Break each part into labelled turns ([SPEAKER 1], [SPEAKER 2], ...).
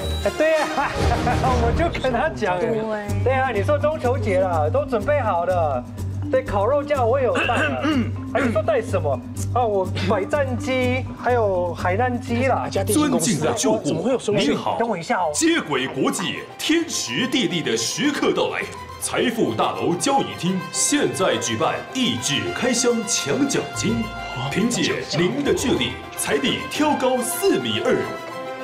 [SPEAKER 1] 啊，我就跟他讲，
[SPEAKER 2] 对
[SPEAKER 1] 对啊，你说中秋节了，都准备好了，对，烤肉架我也有带啊，还有说带什么啊？我百战鸡，还有海南鸡啦
[SPEAKER 3] 哪。家电信
[SPEAKER 4] 尊
[SPEAKER 3] 公司啊
[SPEAKER 4] 敬的救
[SPEAKER 3] 怎么会有收
[SPEAKER 4] 护，
[SPEAKER 3] 讯
[SPEAKER 4] 您好，
[SPEAKER 1] 等我一下哦
[SPEAKER 4] 接轨国际，天时地利的时刻到来。财富大楼交易厅现在举办益智开箱抢奖金，凭借您的智力，财力挑高四米二，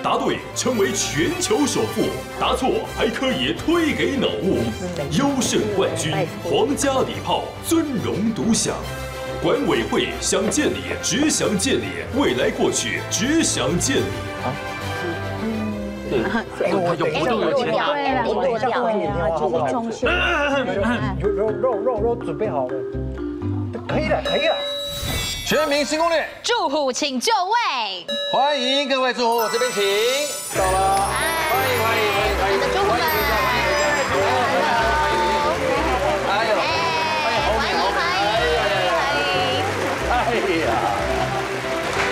[SPEAKER 4] 答对成为全球首富，答错还可以推给脑雾，
[SPEAKER 1] 嗯
[SPEAKER 4] 优胜冠军，皇家礼炮尊荣独享。管委会想见你，只想见你，未来过去只想见你。
[SPEAKER 5] 哎，我等一下
[SPEAKER 2] 漏掉，哎
[SPEAKER 1] 我等一
[SPEAKER 2] 漏
[SPEAKER 1] 下过
[SPEAKER 2] 掉
[SPEAKER 1] 年
[SPEAKER 2] 啊
[SPEAKER 1] 了，好不
[SPEAKER 2] 就是
[SPEAKER 1] 好？
[SPEAKER 2] 中秋。
[SPEAKER 1] 有肉肉肉肉准备好了，可以了，可以了。
[SPEAKER 6] 全民新攻略，
[SPEAKER 7] 住户请就位。
[SPEAKER 6] 欢迎各位住户这边请。到了，欢迎欢迎欢迎欢迎，
[SPEAKER 7] 我的住户们
[SPEAKER 6] 哎呦，
[SPEAKER 7] 哎欢迎欢
[SPEAKER 6] 哎呀！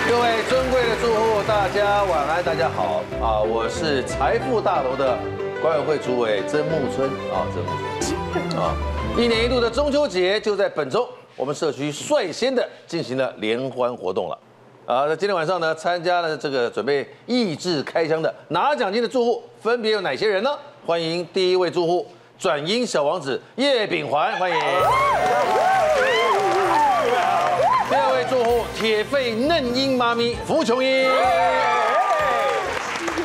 [SPEAKER 6] 各位尊贵的住户，大家晚安，大家好啊！我是财富大楼的管委会主委曾木村啊，曾木村啊，一年一度的中秋节就在本周，我们社区率先的进行了联欢活动了。啊，那今天晚上呢，参加了这个准备益智开箱的拿奖金的住户分别有哪些人呢？欢迎第一位住户转音小王子叶秉环，欢迎。第二位住户铁肺嫩鹰妈咪福琼英，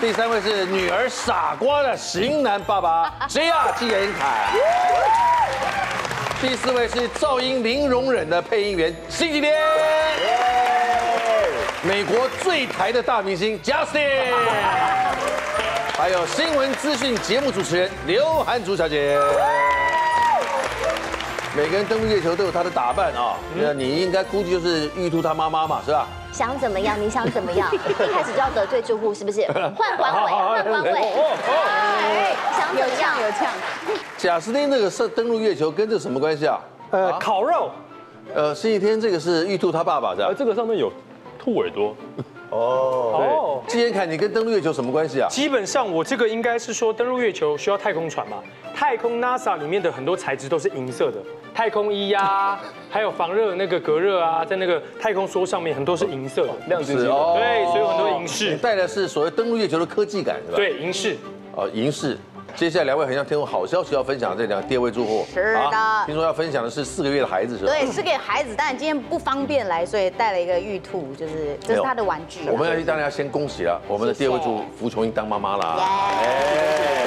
[SPEAKER 6] 第三位是女儿傻瓜的型男爸爸 JR 纪言凯，第四位是噪音零容忍的配音员辛弃天，美国最台的大明星 Justin，还有新闻资讯节目主持人刘涵竹小姐。每个人登陆月球都有他的打扮啊，
[SPEAKER 8] 嗯
[SPEAKER 6] 那你应该估计就是玉兔他妈妈嘛，是吧？
[SPEAKER 2] 想怎么样？你想怎么样？一开始就要得罪住户是不是？换管
[SPEAKER 5] 啊
[SPEAKER 2] 委，换管
[SPEAKER 7] 哎
[SPEAKER 2] 委。
[SPEAKER 7] 哦
[SPEAKER 2] 想怎么样？有呛。
[SPEAKER 6] 贾斯汀那个是登陆月球跟这什么关系啊？
[SPEAKER 1] 呃，烤肉，
[SPEAKER 6] 呃，星期天这个是玉兔他爸爸
[SPEAKER 9] 而
[SPEAKER 6] 的
[SPEAKER 9] 这个上面有兔耳朵，
[SPEAKER 6] 哦。
[SPEAKER 1] 哦，
[SPEAKER 6] 纪言凯，你跟登陆月球什么关系啊？
[SPEAKER 8] 基本上我这个应该是说登陆月球需要太空船嘛，太空 NASA 里面的很多材质都是银色的，太空衣呀、还有防热的那个隔热啊，在那个太空梭上面很多是银色的，
[SPEAKER 9] 亮晶
[SPEAKER 6] 是
[SPEAKER 9] 晶。
[SPEAKER 6] 哦
[SPEAKER 8] 对所以有很多银饰
[SPEAKER 6] 你带的是所谓登陆月球的科技感是吧？，
[SPEAKER 8] 对，银饰。
[SPEAKER 6] 哦，银饰。接下来两位很像天空好消息要分享，这两第二位住户啊
[SPEAKER 5] 是的
[SPEAKER 6] 听说要分享的是四个月的孩子是吧？
[SPEAKER 5] 对，是给孩子，但今天不方便来，所以带了一个玉兔，就是这是他的玩具啊。
[SPEAKER 6] 我们要当然要先恭喜了，我们的第二位住户福琼英当妈妈啦。哎，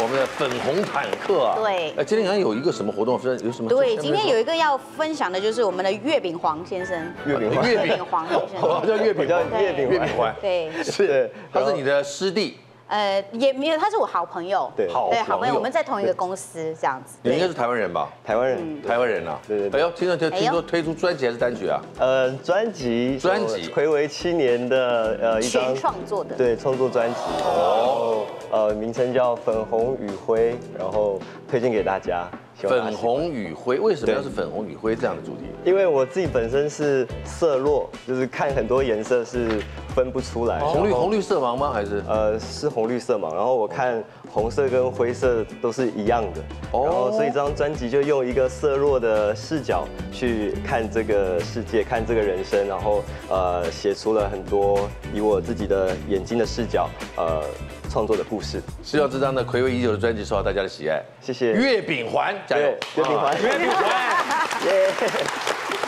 [SPEAKER 6] 我们的粉红坦克啊。
[SPEAKER 5] 对
[SPEAKER 6] 呃，今天好像有一个什么活动，是有什么？
[SPEAKER 5] 对，今天有一个要分享的就是我们的月饼黄先生，
[SPEAKER 6] 月饼
[SPEAKER 5] 月饼黄先
[SPEAKER 6] 我
[SPEAKER 5] 生，
[SPEAKER 6] 叫月饼
[SPEAKER 3] 我
[SPEAKER 6] 环，
[SPEAKER 3] 叫月饼环
[SPEAKER 6] 月饼环，
[SPEAKER 5] 对，
[SPEAKER 3] 是，
[SPEAKER 6] 他是你的师弟，
[SPEAKER 5] 呃，也没有，他是我好朋友，
[SPEAKER 3] 对
[SPEAKER 6] 好
[SPEAKER 5] 对，好
[SPEAKER 6] 朋
[SPEAKER 5] 朋
[SPEAKER 6] 友
[SPEAKER 5] 友，我们在同一个公司这样子，
[SPEAKER 6] 你应该是台湾人吧？
[SPEAKER 3] 台湾
[SPEAKER 5] 嗯
[SPEAKER 3] 人。
[SPEAKER 6] 台湾人啊，
[SPEAKER 3] 对对
[SPEAKER 6] 哎
[SPEAKER 3] 对
[SPEAKER 6] 呦，听说听
[SPEAKER 5] 哎呦
[SPEAKER 6] 听说推出专辑还是单曲啊？
[SPEAKER 3] 呃，专辑就
[SPEAKER 6] 专辑
[SPEAKER 3] 暌违七年的呃一张
[SPEAKER 5] 全创作的
[SPEAKER 3] 对创作专辑哦，呃名称叫《粉红与灰》，然后推荐给大家。希望大家
[SPEAKER 6] 粉
[SPEAKER 3] 喜欢，
[SPEAKER 6] 红与灰，为什
[SPEAKER 3] 啊
[SPEAKER 6] 么
[SPEAKER 3] 对
[SPEAKER 6] 要是粉红与灰这样的主题？
[SPEAKER 3] 因为我自己本身是色弱，就是看很多颜色是分不出来。
[SPEAKER 6] 红绿红绿色盲吗？还是
[SPEAKER 3] 呃，是红绿色嘛，然后我看红色跟灰色都是一样的，
[SPEAKER 6] 哦
[SPEAKER 3] 然后所以这张专辑就用一个色弱的视角去看这个世界，看这个人生，然后呃写出了很多以我自己的眼睛的视角呃创作的故事。
[SPEAKER 6] 希望这张的暌违已久的专辑受到大家的喜爱。
[SPEAKER 3] 谢谢
[SPEAKER 6] 月饼环，加油！啊
[SPEAKER 3] 对，月饼环，月饼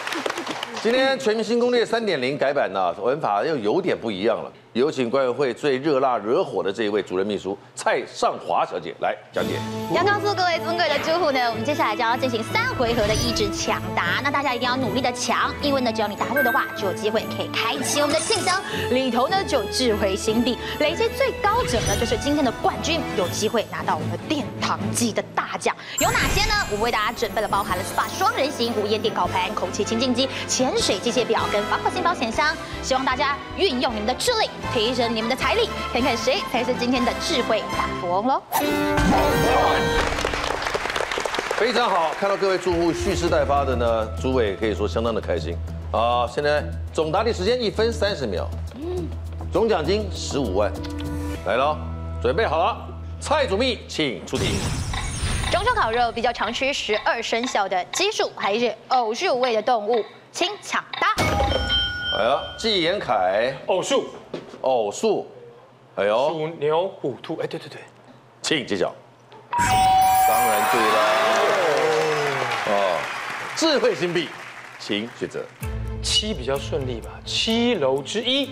[SPEAKER 6] 今天《全明星攻略》三点零改版呢、文法又有点不一样了。有请管委会最热辣惹火的这一位主任秘书蔡尚华小姐来讲解。
[SPEAKER 7] 要告诉各位尊贵的住户呢，我们接下来将要进行三回合的益智抢答，那大家一定要努力的抢，因为呢，只要你答对的话，就有机会可以开启我们的信箱，里头呢就有智慧新币，累积最高者呢就是今天的冠军，有机会拿到我们的殿堂级的大奖。有哪些呢？我们为大家准备了包含了 SPA 双人行、无烟电烤盘、空气清净机、潜水机械表跟防火性保险箱，希望大家运用你们的智力，提升你们的财力，看看谁才是今天的智慧大富翁喽。
[SPEAKER 6] 非常好，看到各位住户蓄势待发的呢，诸位可以说相当的开心啊！现在总答题时间一分三十秒，总奖金十五万，来喽，准备好了，蔡祖密，请出题。
[SPEAKER 7] 中秋烤肉比较常吃十二生肖的奇数还是偶数位的动物，请抢答。
[SPEAKER 6] 哎呀，纪言凯，
[SPEAKER 8] 偶数
[SPEAKER 6] 偶数，哎
[SPEAKER 9] 哦
[SPEAKER 6] 呦，
[SPEAKER 8] 哦鼠牛虎兔，哎，对对对，
[SPEAKER 6] 请揭晓。当然对了。哦，智慧金币，请选择。
[SPEAKER 8] 七比较顺利吧，七楼之一，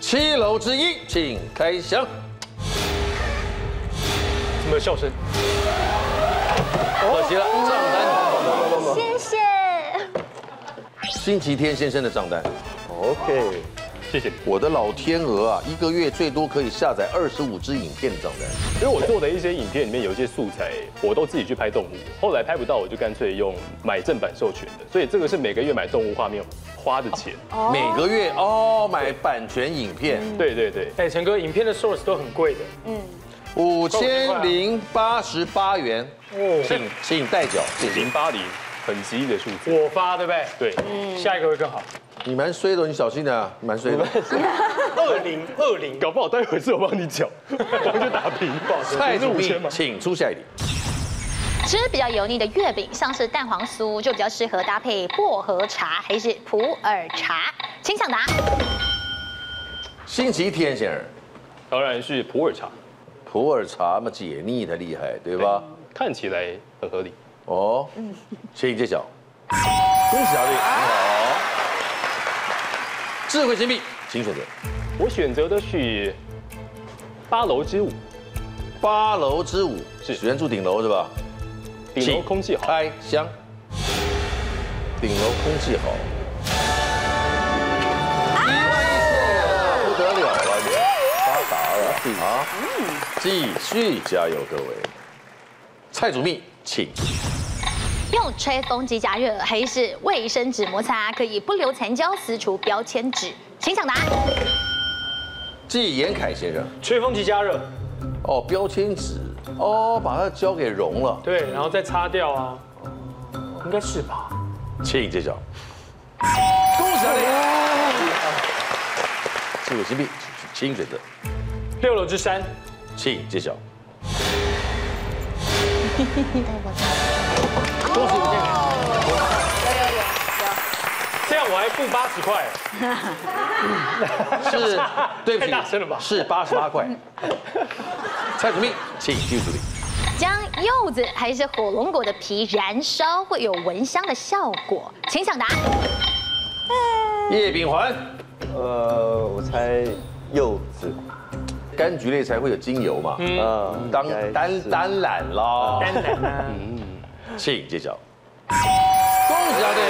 [SPEAKER 6] 七楼之一，请开箱。
[SPEAKER 8] 怎么有笑声？
[SPEAKER 6] 哦可惜了，账单。
[SPEAKER 2] 谢谢。
[SPEAKER 6] 星期天先生的账单。
[SPEAKER 3] OK，
[SPEAKER 9] 谢谢你。
[SPEAKER 6] 我的老天鹅啊，一个月最多可以下载二十五支影片的账单。
[SPEAKER 9] 因为我做的一些影片里面有一些素材，我都自己去拍动物，后来拍不到，我就干脆用买正版授权的，所以这个是每个月买动物画面花的钱。
[SPEAKER 6] 每个月哦买版权影片
[SPEAKER 9] 对对对，
[SPEAKER 8] 哎，陈哥，影片的 source 都很贵的，
[SPEAKER 6] 五千零八十八元，
[SPEAKER 9] 哦
[SPEAKER 6] 请请代缴，谢谢
[SPEAKER 9] 零。八零很吉利的数字。
[SPEAKER 8] 我发对不对？
[SPEAKER 9] 对，
[SPEAKER 8] 下一个会更好。
[SPEAKER 6] 你蛮衰的，你小心点啊，你蛮衰的。
[SPEAKER 8] 二零二零，
[SPEAKER 9] 搞不好待会是我帮你缴，我们就打平吧。
[SPEAKER 6] 蔡
[SPEAKER 9] 是
[SPEAKER 6] 主
[SPEAKER 9] 五
[SPEAKER 6] 密
[SPEAKER 9] 千吗，？
[SPEAKER 6] 请出下一题。
[SPEAKER 7] 吃比较油腻的月饼，像是蛋黄酥，就比较适合搭配薄荷茶还是普洱茶，请抢答。
[SPEAKER 6] 星期天先生，
[SPEAKER 9] 当然是普洱茶，
[SPEAKER 6] 普洱茶嘛解腻才厉害，对吧？
[SPEAKER 9] 看起来很合理。
[SPEAKER 6] 哦，
[SPEAKER 9] 嗯
[SPEAKER 6] 请揭晓。恭喜小丽，你好。智慧金币，请选择。
[SPEAKER 9] 我选择的是八楼之舞，
[SPEAKER 6] 八楼之舞
[SPEAKER 9] 是
[SPEAKER 6] 许愿住顶楼是吧？
[SPEAKER 9] 顶楼空气好。
[SPEAKER 6] 开箱。顶楼空气好。一万一千不得了了，你发达了啊！继续加油，各位。蔡祖密，请。
[SPEAKER 7] 用吹风机加热还是卫生纸摩擦，可以不留残胶撕除标签纸，请抢答。
[SPEAKER 6] 纪言凯先生，
[SPEAKER 8] 吹风机加热，
[SPEAKER 6] 哦，标签纸，哦，把它交给融了，
[SPEAKER 8] 对，然后再擦掉啊，应该是吧？
[SPEAKER 6] 请揭晓。恭喜小李，四个金币，请选择，
[SPEAKER 8] 六楼之山，
[SPEAKER 6] 请揭晓。
[SPEAKER 8] 这样我还付八十块，
[SPEAKER 6] 是，对不起，
[SPEAKER 8] 太大声了吧
[SPEAKER 6] 是八十八块。蔡主秘，请继续处理。
[SPEAKER 7] 将柚子还是火龙果的皮燃烧，会有蚊香的效果，请抢答。
[SPEAKER 6] 叶秉环，
[SPEAKER 3] 呃，我猜柚子，
[SPEAKER 6] 柑橘类才会有精油嘛？
[SPEAKER 8] 嗯
[SPEAKER 3] 啊，
[SPEAKER 6] 当
[SPEAKER 3] 应该是
[SPEAKER 6] 当当然啦，
[SPEAKER 8] 当然啦，
[SPEAKER 6] 请揭晓。恭喜小姐，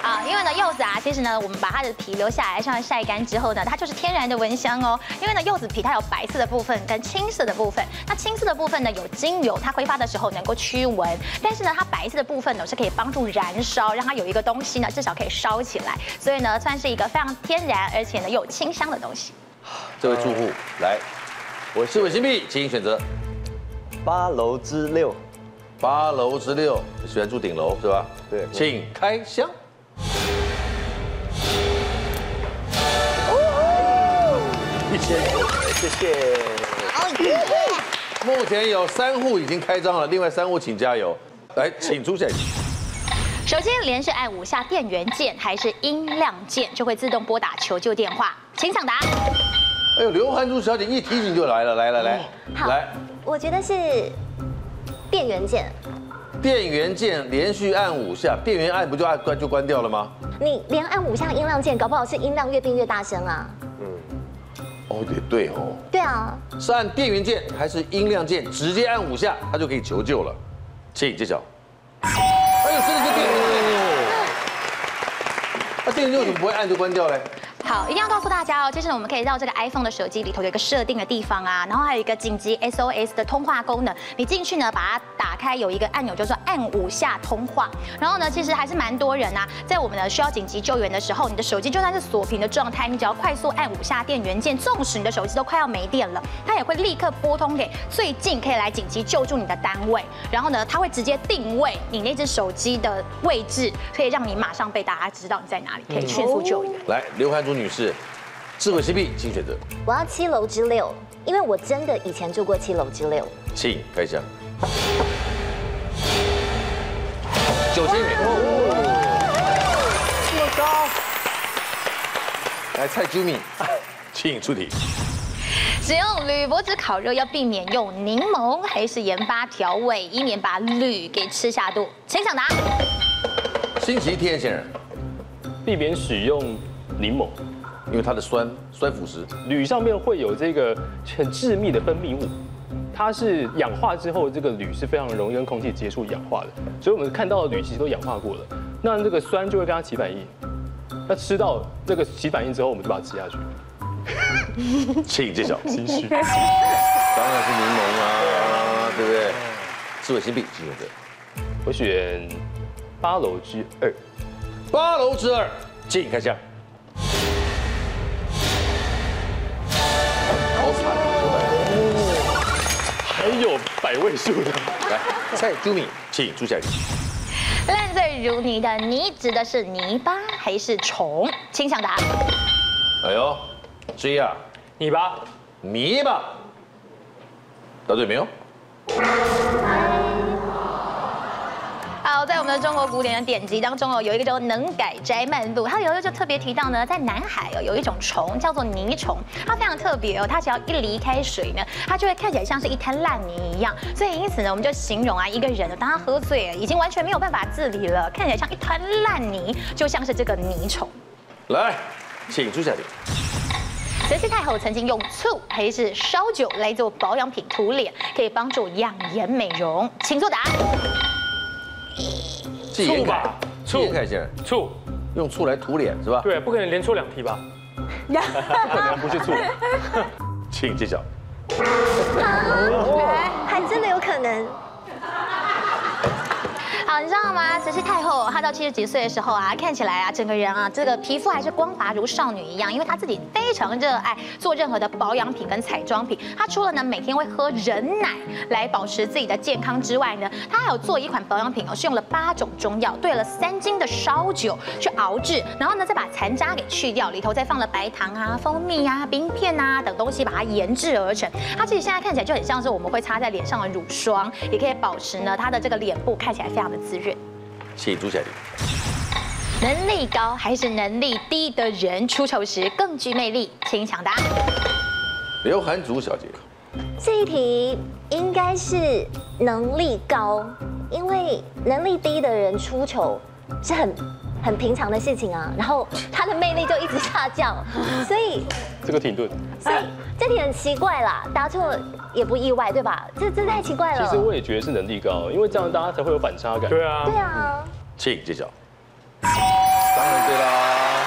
[SPEAKER 7] 啊，因为呢，柚子啊，其实呢，我们把它的皮留下来，让它晒干之后呢，它就是天然的蚊香哦。因为呢，柚子皮它有白色的部分跟青色的部分，那青色的部分呢有精油，它挥发的时候能够驱蚊，但是呢，它白色的部分呢是可以帮助燃烧，让它有一个东西呢至少可以烧起来，所以呢，算是一个非常天然而且呢又有清香的东西。
[SPEAKER 6] 这位住户来，我是韦新币，请选择
[SPEAKER 3] 八楼之六，
[SPEAKER 6] 八楼之六，喜欢住顶楼是吧？
[SPEAKER 3] 对
[SPEAKER 6] 请开箱。一千九，
[SPEAKER 3] 谢谢。
[SPEAKER 6] 目前有三户已经开张了，另外三户请加油。来，请出下一题。
[SPEAKER 7] 首先连续按五下电源键还是音量键，就会自动拨打求救电话，请抢答。
[SPEAKER 6] 哎呦，刘涵珠小姐一提醒就来了，来来来，
[SPEAKER 2] 好
[SPEAKER 6] 来，
[SPEAKER 2] 我觉得是电源键，
[SPEAKER 6] 电源键连续按五下，电源按不就按关就关掉了吗？
[SPEAKER 2] 你连按五下音量键，搞不好是音量越变越大声啊。
[SPEAKER 6] 哦，也对哦，
[SPEAKER 2] 对啊，
[SPEAKER 6] 是按电源键还是音量键？直接按五下，它就可以求救了。请揭晓。哎呦，真的是电源键。那电源键为什么不会按就关掉嘞？
[SPEAKER 7] 好，一定要告诉大家哦，就是我们可以到这个 iPhone 的手机里头有一个设定的地方啊，然后还有一个紧急 SOS 的通话功能，你进去呢，把它打开，有一个按钮叫做按五下通话。然后呢，其实还是蛮多人啊，在我们呢需要紧急救援的时候，你的手机就算是锁屏的状态，你只要快速按五下电源键，纵使你的手机都快要没电了，它也会立刻拨通给最近可以来紧急救助你的单位。然后呢，它会直接定位你那只手机的位置，可以让你马上被大家知道你在哪里，可以迅速救援。
[SPEAKER 6] 来，刘涵珠女士，智慧 CP，请选择，
[SPEAKER 2] 我要七楼之六，因为我真的以前住过七楼之六。
[SPEAKER 6] 请开箱。九千元，
[SPEAKER 5] 哎
[SPEAKER 1] 这么高。
[SPEAKER 6] 来蔡 Jimmy，请出题。
[SPEAKER 7] 使用铝箔纸烤肉要避免用柠檬还是盐巴调味，以免把铝给吃下肚。请抢答。
[SPEAKER 6] 星期天先生，
[SPEAKER 9] 避免使用柠檬。
[SPEAKER 6] 因为它的酸酸腐蚀，
[SPEAKER 9] 铝上面会有这个很致密的分泌物，它是氧化之后，这个铝是非常容易跟空气接触氧化的，所以我们看到的铝其实都氧化过了，那这个酸就会跟它起反应，那吃到这个起反应之后，我们就把它吃下去。
[SPEAKER 6] 请揭晓。
[SPEAKER 9] 心虚，
[SPEAKER 6] 当然是柠檬啊，对不对？智慧新币，请选择。
[SPEAKER 9] 我选八楼之二，
[SPEAKER 6] 八楼之二，请开箱。好惨，
[SPEAKER 9] 还有百位数的。
[SPEAKER 6] 来，蔡朱敏，请朱小姐。
[SPEAKER 7] 烂醉如泥的泥指的是泥巴还是虫？请抢答。
[SPEAKER 6] 哎呦，追啊，
[SPEAKER 8] 你吧，
[SPEAKER 6] 泥巴，答对没有？
[SPEAKER 7] 好，在我们的中国古典的典籍当中哦，有一个叫《能改斋漫录》，它有一个就特别提到呢，在南海哦有一种虫叫做泥虫，它非常特别哦，它只要一离开水呢，它就会看起来像是一滩烂泥一样，所以因此呢，我们就形容啊一个人当他喝醉了已经完全没有办法自理了，看起来像一滩烂泥，就像是这个泥虫。
[SPEAKER 6] 来，请朱小姐。
[SPEAKER 7] 慈禧太后曾经用醋还是烧酒来做保养品涂脸，可以帮助养颜美容，请作答。
[SPEAKER 6] 是
[SPEAKER 8] 醋
[SPEAKER 6] 严凯
[SPEAKER 8] 吧，醋
[SPEAKER 6] 严凯先生
[SPEAKER 8] 醋，
[SPEAKER 6] 用醋来涂脸是吧？，
[SPEAKER 9] 啊
[SPEAKER 8] 对，不可能连错两题吧？
[SPEAKER 9] 可能不是醋，
[SPEAKER 6] 请揭晓。
[SPEAKER 2] 哎还真的有可能。
[SPEAKER 7] 好，你知道吗？慈禧太后她到七十几岁的时候啊，看起来啊，整个人啊，这个皮肤还是光滑如少女一样，因为她自己非常热爱做任何的保养品跟彩妆品。她除了呢每天会喝人奶来保持自己的健康之外呢，她还有做一款保养品哦，是用了八种中药，兑了三斤的烧酒去熬制，然后呢再把残渣给去掉，里头再放了白糖啊、蜂蜜啊、冰片啊等东西，把它研制而成。它其实现在看起来就很像是我们会擦在脸上的乳霜，也可以保持呢她的这个脸部看起来非常的滋润。
[SPEAKER 6] 请朱小姐。
[SPEAKER 7] 能力高还是能力低的人出丑时更具魅力？请抢答。
[SPEAKER 6] 刘涵竹小姐，
[SPEAKER 2] 这一题应该是能力高，因为能力低的人出糗是很很平常的事情啊，然后他的魅力就一直下 降，所以
[SPEAKER 9] 这个挺钝。
[SPEAKER 2] 所
[SPEAKER 9] 哎
[SPEAKER 2] 以这题很奇怪啦，答错也不意外，对吧？这这太奇怪
[SPEAKER 9] 其实
[SPEAKER 2] 了。
[SPEAKER 9] 我也觉得是能力高，因为这样大家才会有反差感。
[SPEAKER 8] 对啊
[SPEAKER 2] 对，啊，
[SPEAKER 6] 请揭晓。当然对啦，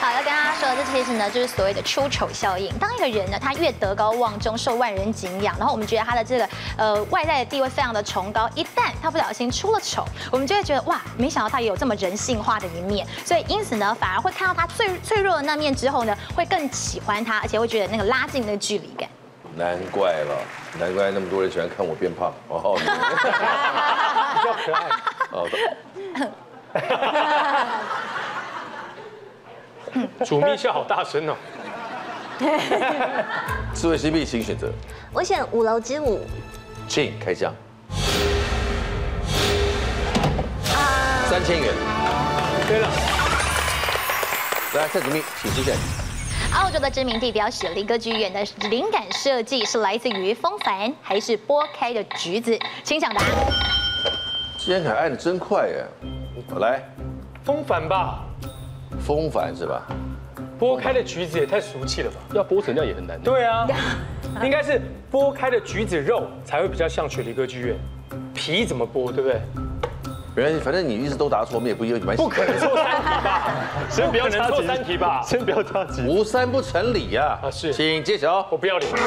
[SPEAKER 7] 好，要跟大家说的，这啊其实呢就是所谓的出丑效应。当一个人呢，他越德高望重，受万人敬仰，然后我们觉得他的这个呃外在的地位非常的崇高，一旦他不小心出了丑，我们就会觉得哇，没想到他也有这么人性化的一面。所以因此呢，反而会看到他最脆弱的那面之后呢，会更喜欢他，而且会觉得那个拉近那个距离感。
[SPEAKER 6] 难怪了，难怪那么多人喜欢看我变胖哦。
[SPEAKER 1] 比较可爱。
[SPEAKER 6] 哦，
[SPEAKER 8] 煮蜜笑好大声哦。
[SPEAKER 6] 智慧 CP 请选择，
[SPEAKER 2] 我选五楼之五，
[SPEAKER 6] 请开箱。三千元。
[SPEAKER 8] 对了，
[SPEAKER 6] 来，蔡子密，请出现。
[SPEAKER 7] 澳洲的知名地标雪梨歌剧院的灵感设计是来自于风帆还是剥开的橘子？请抢答。
[SPEAKER 6] 今天凯按的真快耶！来，
[SPEAKER 8] 风帆吧，
[SPEAKER 6] 风帆是吧？
[SPEAKER 8] 剥开的橘子也太俗气了吧？
[SPEAKER 9] 要剥成这样也很难。
[SPEAKER 8] 对 啊，应该是剥开的橘子肉才会比较像雪梨歌剧院。皮怎么剥，对 不对？
[SPEAKER 6] 没关系，反正你一直都答错，我们也不一定蛮喜
[SPEAKER 8] 不可
[SPEAKER 6] 欢
[SPEAKER 8] 能
[SPEAKER 6] 的。
[SPEAKER 8] 错三题吧？
[SPEAKER 9] 先不要
[SPEAKER 8] 不可能
[SPEAKER 9] 插
[SPEAKER 8] 错
[SPEAKER 9] 题
[SPEAKER 8] 三题吧
[SPEAKER 9] 先不要插题。
[SPEAKER 6] 无三不成礼呀！
[SPEAKER 8] 啊是
[SPEAKER 6] 请揭晓。
[SPEAKER 8] 我不要脸。
[SPEAKER 6] 这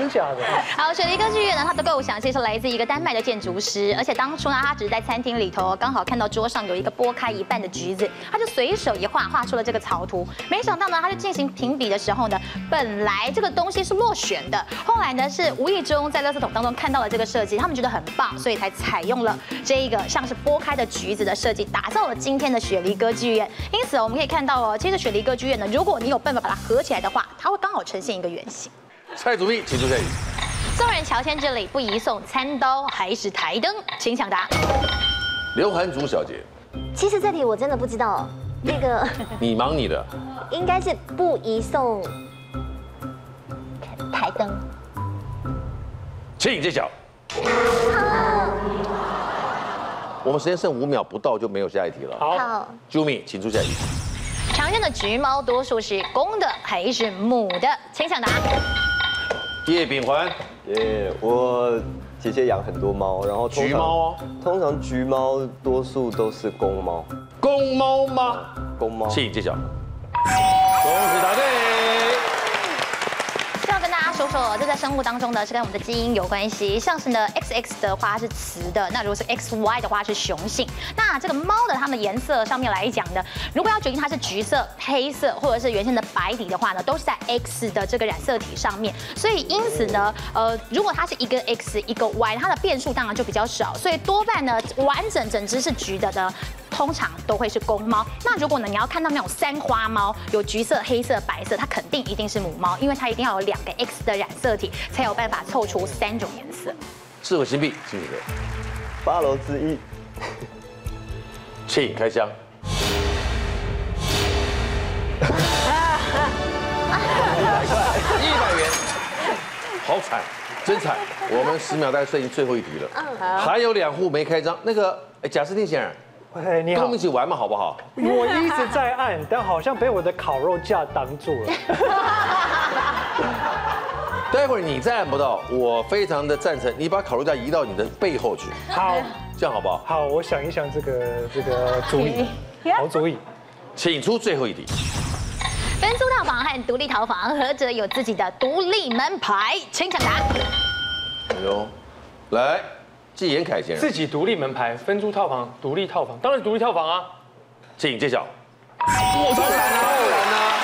[SPEAKER 1] 真假的？
[SPEAKER 7] 好，雪梨歌剧院呢，它的构想其实来自一个丹麦的建筑师，而且当初呢，他只是在餐厅里头刚好看到桌上有一个剥开一半的橘子，他就随手一画，画出了这个草图。没想到呢，他就进行评比的时候呢，本来这个东西是落选的，后来呢是无意中在垃圾桶当中看到了这个设计，他们觉得很棒，所以才采用了这一个像是剥开的橘子的设计，打造了今天的雪梨歌剧院。因此我们可以看到哦，其实雪梨歌剧院呢，如果你有办法把它合起来的话，它会刚好呈现一个圆形。
[SPEAKER 6] 蔡主义，请出下雨。
[SPEAKER 7] 送人乔迁之礼，不宜送餐刀还是台灯，请抢答。
[SPEAKER 6] 刘涵竹小姐，
[SPEAKER 2] 其实这题我真的不知道，那 个
[SPEAKER 6] 你忙你的，
[SPEAKER 2] 应该是不宜送台灯。
[SPEAKER 6] 请揭晓。我们时间剩五秒不到就没有下一题了。
[SPEAKER 8] 好
[SPEAKER 2] 好，
[SPEAKER 6] Jumi，请出下一题。
[SPEAKER 7] 常见的橘猫多数是公的还是母的，请抢答。
[SPEAKER 6] 叶秉环，
[SPEAKER 3] 耶、我姐姐养很多猫，然后通常
[SPEAKER 6] 橘猫哦，
[SPEAKER 3] 通常橘猫多数都是公猫，
[SPEAKER 6] 公猫吗？
[SPEAKER 3] 公猫。
[SPEAKER 6] 请揭晓。恭喜答对。
[SPEAKER 7] 就要跟大家说说，这在生物当中呢是跟我们的基因有关系。像是呢 XX 的话是雌的，那如果是 XY 的话是雄性。那这个猫的它们颜色上面来讲呢，如果要决定它是橘色、黑色或者是原先的白底的话呢，都是在 X 的这个染色体上面。所以因此呢，呃，如果它是一个 X 一个 Y，它的变数当然就比较少。所以多半呢，完整整只是橘的呢。通常都会是公猫。那如果呢，你要看到那种三花猫，有橘色、黑色、白色，它肯定一定是母猫，因为它一定要有两个 X 的染色体，才有办法凑出三种颜色。
[SPEAKER 6] 智慧新币，请你的，
[SPEAKER 3] 八楼之一，
[SPEAKER 6] 请开箱。一百块，一百元，好惨，真惨！我们十秒大概剩最后一题了，还有两户没开张。那个哎贾斯汀先生，
[SPEAKER 1] 哎，你
[SPEAKER 6] 跟我
[SPEAKER 1] 好
[SPEAKER 6] 们一，起玩嘛，好不好？
[SPEAKER 1] 我一直在按，但好像被我的烤肉架挡住了。
[SPEAKER 6] 待会儿你再按不到，我非常的赞成你把烤肉架移到你的背后去，
[SPEAKER 1] 好，
[SPEAKER 6] 这样好不好？
[SPEAKER 1] 好，我想一想这个这个主意，好主意。
[SPEAKER 6] 请出最后一题，
[SPEAKER 7] 分租套房和独立套房，何者有自己的独立门牌？请抢答。
[SPEAKER 6] 哎呦，来，纪言凯先生
[SPEAKER 8] 自，己独立门牌，分租套房，独立套房，当然独立套房啊。
[SPEAKER 6] 请揭晓。我当然啦，当然啦。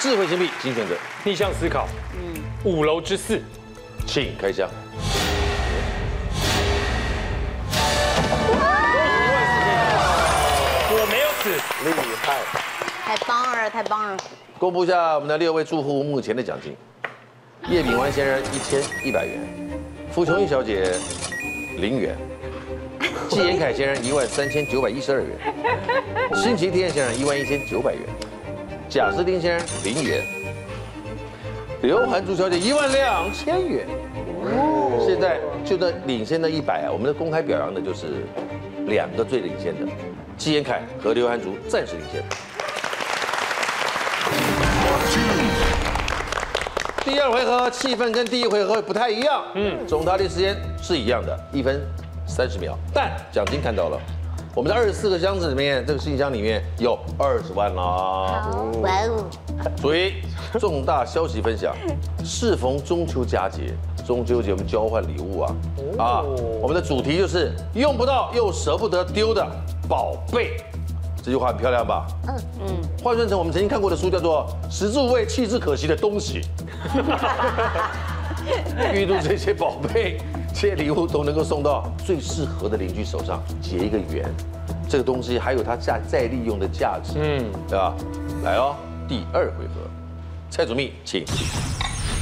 [SPEAKER 6] 智慧新币，请选择，
[SPEAKER 8] 逆向思考，五楼之四，
[SPEAKER 6] 请开箱。
[SPEAKER 8] 我没有死，
[SPEAKER 3] 厉害！
[SPEAKER 5] 太棒了，太棒了！
[SPEAKER 6] 公布一下我们的六位住户目前的奖金：叶炳欢先生一千一百元，傅琼玉小姐零元，纪言凯先生一万三千九百一十二元，辛奇天先生一万一千九百元，贾斯汀先生零元，刘涵珠小姐一万两千元。现在就那领先的一百啊，我们的公开表扬的就是两个最领先的，纪言凯和刘涵竹暂时领先。第二回合气氛跟第一回合不太一样，嗯，总答题时间是一样的，一分三十秒，但奖金看到了，我们的二十四个箱子里面，这个信箱里面有二十万啦。
[SPEAKER 2] 哇哦，
[SPEAKER 6] 所以重大消息 分享，适逢中秋佳节，中秋节我们交换礼物啊啊，我们的主题就是用不到又舍不得丢的宝贝，这句话很漂亮吧？嗯嗯，换算成我们曾经看过的书叫做《食之无味，弃之可惜的东西》， 预祝这些宝贝、这些礼物都能够送到最适合的邻居手上，结一个缘。这个东西还有它价再利用的价值，嗯，对吧？来哦，第二回合，蔡祖密，请。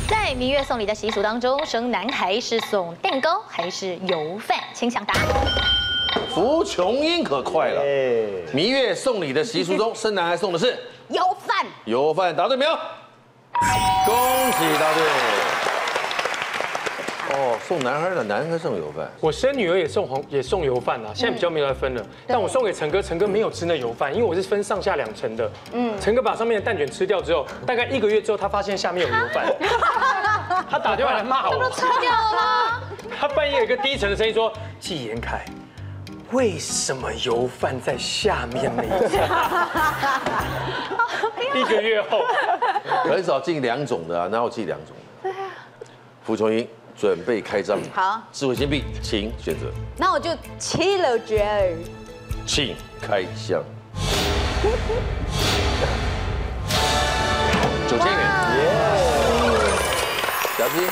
[SPEAKER 7] 在蜜月送礼的习俗当中，生男孩是送蛋糕还是油饭？请抢答。
[SPEAKER 6] 福琼英可快了，
[SPEAKER 3] 哎，
[SPEAKER 6] 蜜月送礼的习俗中，生男孩送的是
[SPEAKER 5] 油饭，
[SPEAKER 6] 油饭，答对没有？恭喜答对。哦，送男孩的，男孩送油饭。
[SPEAKER 8] 我生女儿也送红也送油饭啊，现在比较没有来分了。但我送给陈哥，陈哥没有吃那油饭，因为我是分上下两层的。嗯，陈哥把上面的蛋卷吃掉之后，大概一个月之后，他发现下面有油饭，他打电话来骂我，
[SPEAKER 7] 吃掉了吗？
[SPEAKER 8] 他半夜有一个低沉的声音说：“纪言凯，为什么油饭在下面那一层？”一个月后，
[SPEAKER 6] 很少进两种的啊，哪有进两种的？蒲琼英准备开张。
[SPEAKER 5] 好
[SPEAKER 6] 智慧金币，请选择，
[SPEAKER 5] 那我就七了绝儿。
[SPEAKER 6] 请开箱。九千元，小鸡，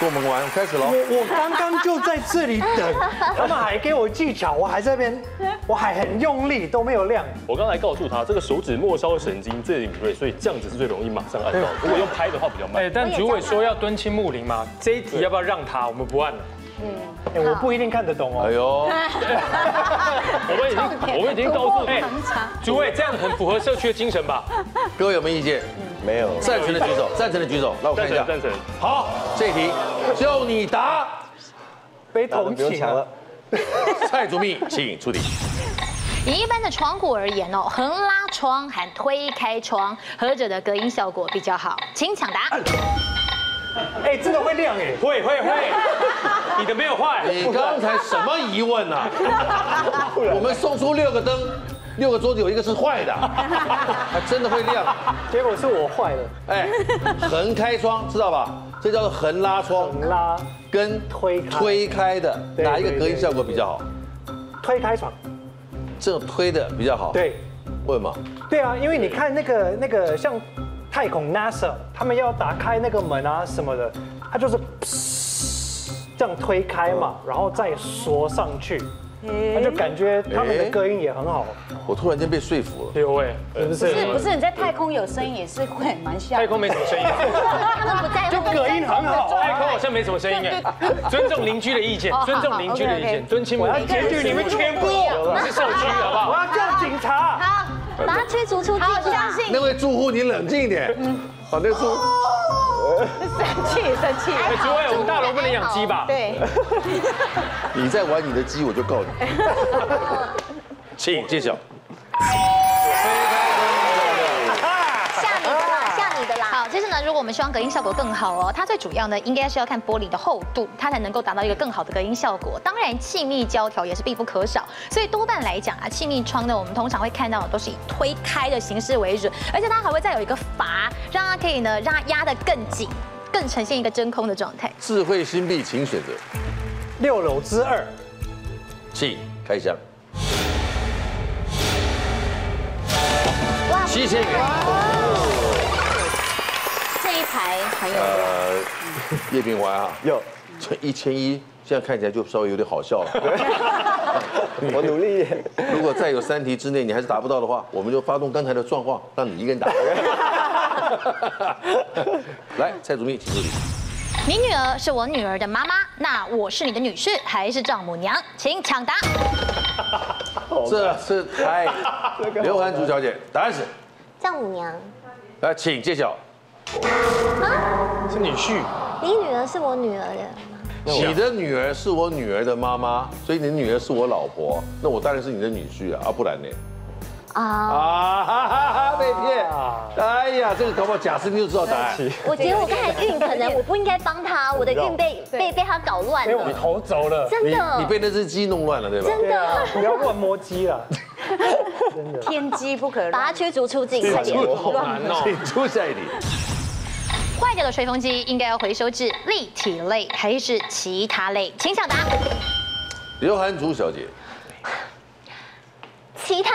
[SPEAKER 6] 跟我们玩开始喽。
[SPEAKER 1] 我我刚 刚就在这里等，他们还给我技巧，我还在那边， 我还很用力都没有亮。
[SPEAKER 9] 我刚才告诉他，这个手指末梢神经最敏锐，所以这样子是最容易马上按到的。如果用拍的话比较慢
[SPEAKER 8] 哎，。但主委说要蹲青木林嘛，这一题要不啊要让他？我们不按了。
[SPEAKER 1] 哎我不一定看得懂
[SPEAKER 6] 哎
[SPEAKER 1] 哦。
[SPEAKER 6] 呦，
[SPEAKER 9] 我们已经我们已经告诉
[SPEAKER 8] 哎，主委这样很符合社区的精神吧？
[SPEAKER 6] 各位有没有意见？
[SPEAKER 3] 没有。
[SPEAKER 6] 赞成的举手，赞成的举手，让我看
[SPEAKER 9] 赞
[SPEAKER 6] 一下
[SPEAKER 9] 成。赞成，
[SPEAKER 6] 好，这一题就你答。
[SPEAKER 1] 被
[SPEAKER 3] 那就
[SPEAKER 1] 同
[SPEAKER 3] 不用
[SPEAKER 1] 情啊
[SPEAKER 3] 抢了
[SPEAKER 8] 啊
[SPEAKER 1] 了，。
[SPEAKER 6] 蔡祖密，请出题。
[SPEAKER 7] 以一般的窗户而言哦，横拉窗和推开窗，何者的隔音效果比较好？请抢答。
[SPEAKER 1] 哎，真的会亮哎。
[SPEAKER 8] 会会 会，你的没有坏。
[SPEAKER 9] 哎
[SPEAKER 6] 你刚才什么疑问呢、 我们送出六个灯，六个桌子有一个是坏 的，还真的会亮。
[SPEAKER 1] 结果是我坏了，
[SPEAKER 6] 哎，横开窗知道吧？这叫做横拉窗，
[SPEAKER 8] 嗯
[SPEAKER 1] 拉
[SPEAKER 6] 跟
[SPEAKER 1] 推开
[SPEAKER 6] 推开的
[SPEAKER 1] 对
[SPEAKER 6] 哪一个
[SPEAKER 1] 对
[SPEAKER 6] 隔音
[SPEAKER 1] 对
[SPEAKER 6] 效果比较好？
[SPEAKER 1] 推开床。
[SPEAKER 6] 这种推的比较好。，
[SPEAKER 1] 对，
[SPEAKER 6] 为什么？
[SPEAKER 1] 对啊，因为你看那个那个像太空 NASA，他们要打开那个门啊什么的，它就是噗 这样推开嘛，
[SPEAKER 8] 哦
[SPEAKER 1] 然后再缩上去，他就感觉他们的隔音也很好，
[SPEAKER 6] 我突然间被说服了。
[SPEAKER 8] 哎呦喂，
[SPEAKER 1] 是不
[SPEAKER 5] 是
[SPEAKER 1] 是？
[SPEAKER 5] 不是你在太空有声音也是会蛮像
[SPEAKER 8] 太空没什么声音吧，啊
[SPEAKER 7] 他们不在 乎
[SPEAKER 1] 就隔音很好啊。
[SPEAKER 8] 太空好像没什么声音哎。尊重邻居的意
[SPEAKER 1] 哦
[SPEAKER 8] 见，尊重邻居的意见，尊亲母
[SPEAKER 1] 我要
[SPEAKER 8] 老。
[SPEAKER 1] 检举你们全部，
[SPEAKER 8] 我们是社区，好不
[SPEAKER 1] 我
[SPEAKER 8] 好？
[SPEAKER 1] 要叫警察。
[SPEAKER 2] 好，把它驱逐出境啊。
[SPEAKER 5] 相信
[SPEAKER 6] 那位住户，你冷静一点。
[SPEAKER 1] 嗯
[SPEAKER 6] 好，那住
[SPEAKER 1] 哦
[SPEAKER 5] 生气生气，
[SPEAKER 8] 哎，主委，我们大楼不能养鸡吧？
[SPEAKER 5] 对，
[SPEAKER 6] 你再玩你的鸡，我就告你。 请揭晓。
[SPEAKER 2] 吓你的啦，吓你的啦。
[SPEAKER 7] 好，其实呢，如果我们希望隔音效果更好哦，它最主要呢，应该是要看玻璃的厚度，它才能够达到一个更好的隔音效果。当然，气密胶条也是必不可少。所以多半来讲啊，气密窗呢，我们通常会看到的都是以推开的形式为准，而且它还会再有一个阀，让它可以呢，让它压得更紧，更呈现一个真空的状态。
[SPEAKER 6] 智慧新币，请选择，
[SPEAKER 1] 六楼之二，
[SPEAKER 6] 请开箱。七千元。
[SPEAKER 5] 这一排很有
[SPEAKER 6] 呃，叶炳华啊，
[SPEAKER 3] 有，
[SPEAKER 6] 这一千一，现在看起来就稍微有点 好笑了。
[SPEAKER 3] 我努力一点。
[SPEAKER 6] 如果再有三题之内你还是达不到的话，我们就发动刚才的状况，让你一个 人打。来，蔡祖密，请助理。
[SPEAKER 7] 你女儿是我女儿的妈妈，那我是你的女婿还是丈母娘？请抢答。
[SPEAKER 6] 这是太 刘涵竹小姐，答案是，
[SPEAKER 2] 丈母娘，
[SPEAKER 6] 来，请揭晓。
[SPEAKER 8] 是女婿，
[SPEAKER 2] 你女儿是我女儿的，
[SPEAKER 6] 你的女儿是我女儿的妈妈，所以你的女儿是我老婆，那我当然是你的女婿啊，啊不然呢？
[SPEAKER 2] 啊，
[SPEAKER 6] 啊哈哈哈，被骗！哎呀，这个搞不好贾斯汀就知道答案。
[SPEAKER 2] 我觉得我刚才运可能我不应该帮他，我的运被被被他搞乱
[SPEAKER 1] 被哎我
[SPEAKER 2] 了，
[SPEAKER 1] 头走了。
[SPEAKER 2] 真
[SPEAKER 6] 你
[SPEAKER 2] 的
[SPEAKER 6] 你，被那只鸡弄乱了，对吧？
[SPEAKER 2] 真
[SPEAKER 1] 对
[SPEAKER 2] 的，
[SPEAKER 1] 啊，不要乱摸鸡了。
[SPEAKER 5] 天机不 可
[SPEAKER 2] 把
[SPEAKER 5] 乱
[SPEAKER 2] 他。驱逐出境，
[SPEAKER 6] 哎
[SPEAKER 2] 快点。
[SPEAKER 8] 好难哦。
[SPEAKER 6] 请出下一题。
[SPEAKER 7] 坏掉的吹风机应该要回收至立体类还是其他类？请抢答。
[SPEAKER 6] 刘涵竹小姐，
[SPEAKER 2] 其他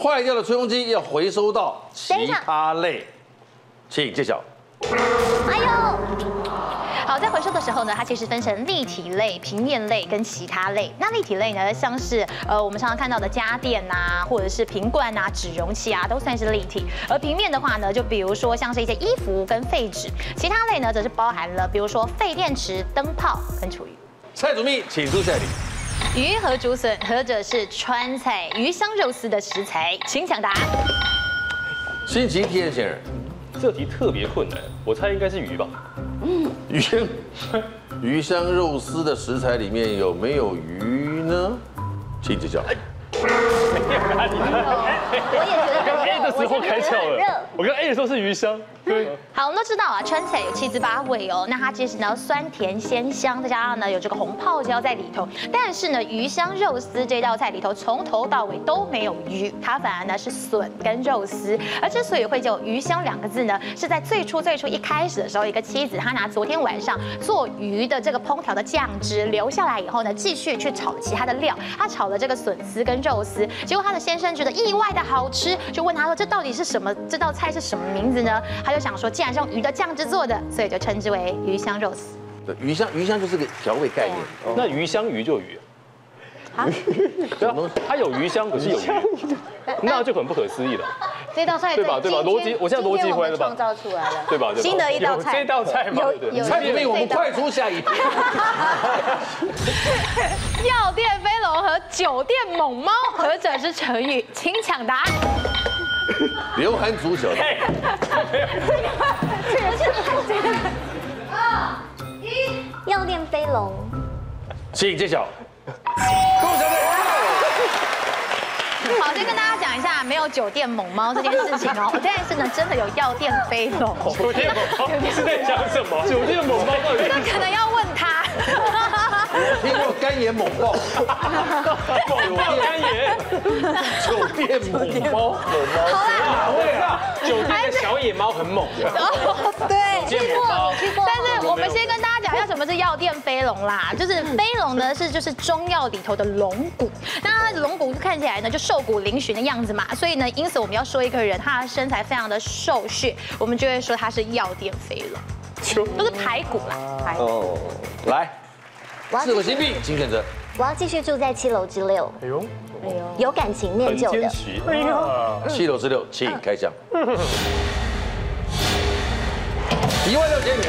[SPEAKER 6] 坏掉的吹风机要回收到其
[SPEAKER 2] 等一下
[SPEAKER 6] 他类，请揭晓。
[SPEAKER 2] 哎呦，
[SPEAKER 7] 好，在回收的时候呢，它其实分成立体类、平面类跟其他类。那立体类呢，像是呃我们常常看到的家电呐、或者是瓶罐呐、纸容器啊，都算是立体。而平面的话呢，就比如说像是一些衣服跟废纸；其他类呢，则是包含了比如说废电池、灯泡跟厨余。
[SPEAKER 6] 蔡祖密，请出下一题。
[SPEAKER 7] 鱼和竹笋，何者是川菜鱼香肉丝的食材？请抢答。
[SPEAKER 6] 星期天先生，
[SPEAKER 9] 这题特别困难，我猜应该是鱼吧。
[SPEAKER 6] 鱼 香鱼香肉丝的食材里面有没有鱼呢？请揭晓。
[SPEAKER 9] 哎
[SPEAKER 2] 我也觉得很
[SPEAKER 9] 刚 A 的
[SPEAKER 2] 热，
[SPEAKER 9] 时候
[SPEAKER 2] 我
[SPEAKER 9] 开
[SPEAKER 2] 也觉
[SPEAKER 9] 窍
[SPEAKER 2] 得很热
[SPEAKER 9] 了，我刚 A 的时候是鱼香，
[SPEAKER 7] 好，我们都知道啊，穿起来有七滋八味哦。那它其实呢，酸甜鲜香，再加上呢有这个红泡椒在里头。但是呢，鱼香肉丝这道菜里头从头到尾都没有鱼，它反而呢是笋跟肉丝。而之所以会叫鱼香两个字呢，是在最初最初一开始的时候，一个妻子她拿昨天晚上做鱼的这个烹调的酱汁留下来以后呢，继续去炒其他的料。她炒了这个笋丝跟肉丝，结果她的先生觉得意外的好吃，就问她说：“这到底是什么？这道菜是什么名字呢？”她就想说，既然是用鱼的酱汁做的，所以就称之为鱼香肉丝。
[SPEAKER 6] 对，鱼香鱼香就是个调味概念，
[SPEAKER 9] 那鱼香鱼就有鱼。 对啊，它有鱼香，可是有鱼，那就很不可思议了，
[SPEAKER 5] 这道菜
[SPEAKER 9] 对吧对吧逻辑我现在逻辑
[SPEAKER 5] 今天我
[SPEAKER 9] 回来
[SPEAKER 5] 们
[SPEAKER 9] 了吧
[SPEAKER 5] 创造出来了，
[SPEAKER 9] 对吧？对吧
[SPEAKER 5] 新的一道菜，
[SPEAKER 8] 有这道菜吗
[SPEAKER 5] 有
[SPEAKER 9] 对
[SPEAKER 5] 有
[SPEAKER 6] 蔡不明，我
[SPEAKER 5] 这
[SPEAKER 6] 们
[SPEAKER 5] 道
[SPEAKER 6] 快出下一题。
[SPEAKER 7] 药店飞龙和酒店猛猫，何者是成语？请抢答。
[SPEAKER 6] 刘涵足球，
[SPEAKER 9] 哎
[SPEAKER 2] 药店飞龙，
[SPEAKER 8] 请揭晓。
[SPEAKER 7] 好，先跟大家讲一下，没有酒店猛猫这件事情哦，但是呢，真的有药店飞龙，
[SPEAKER 8] 酒店猛猫是在讲什么？酒店猛猫到底
[SPEAKER 7] 这个可能要问 他。
[SPEAKER 6] 听过肝炎猛爆，
[SPEAKER 8] 猛爆肝炎？
[SPEAKER 6] 酒店猛猫，
[SPEAKER 8] 哪位啊？酒店的小野猫很猛的，
[SPEAKER 2] 对，
[SPEAKER 8] 酒店猛猫。
[SPEAKER 2] 去过
[SPEAKER 7] 但是我们先跟大家讲一下什么是药店飞龙啦，就是飞龙呢是就是中药里头的龙骨，那它的龙骨看起来呢就瘦骨嶙峋的样子嘛，所以呢，因此我们要说一个人他的身材非常的瘦削，我们就会说他是药店飞龙，都是排骨啦，排骨。
[SPEAKER 3] 哦，
[SPEAKER 6] 来，
[SPEAKER 2] 我要
[SPEAKER 6] 四个
[SPEAKER 2] 继
[SPEAKER 6] 新
[SPEAKER 2] 续，
[SPEAKER 6] 币，请选择。
[SPEAKER 2] 我要继续住在七楼之六，
[SPEAKER 8] 哎呦，
[SPEAKER 2] 有感情念
[SPEAKER 9] 很
[SPEAKER 2] 旧
[SPEAKER 9] 坚
[SPEAKER 2] 的
[SPEAKER 9] 持。
[SPEAKER 6] 七楼之六，请开箱。一万六千元，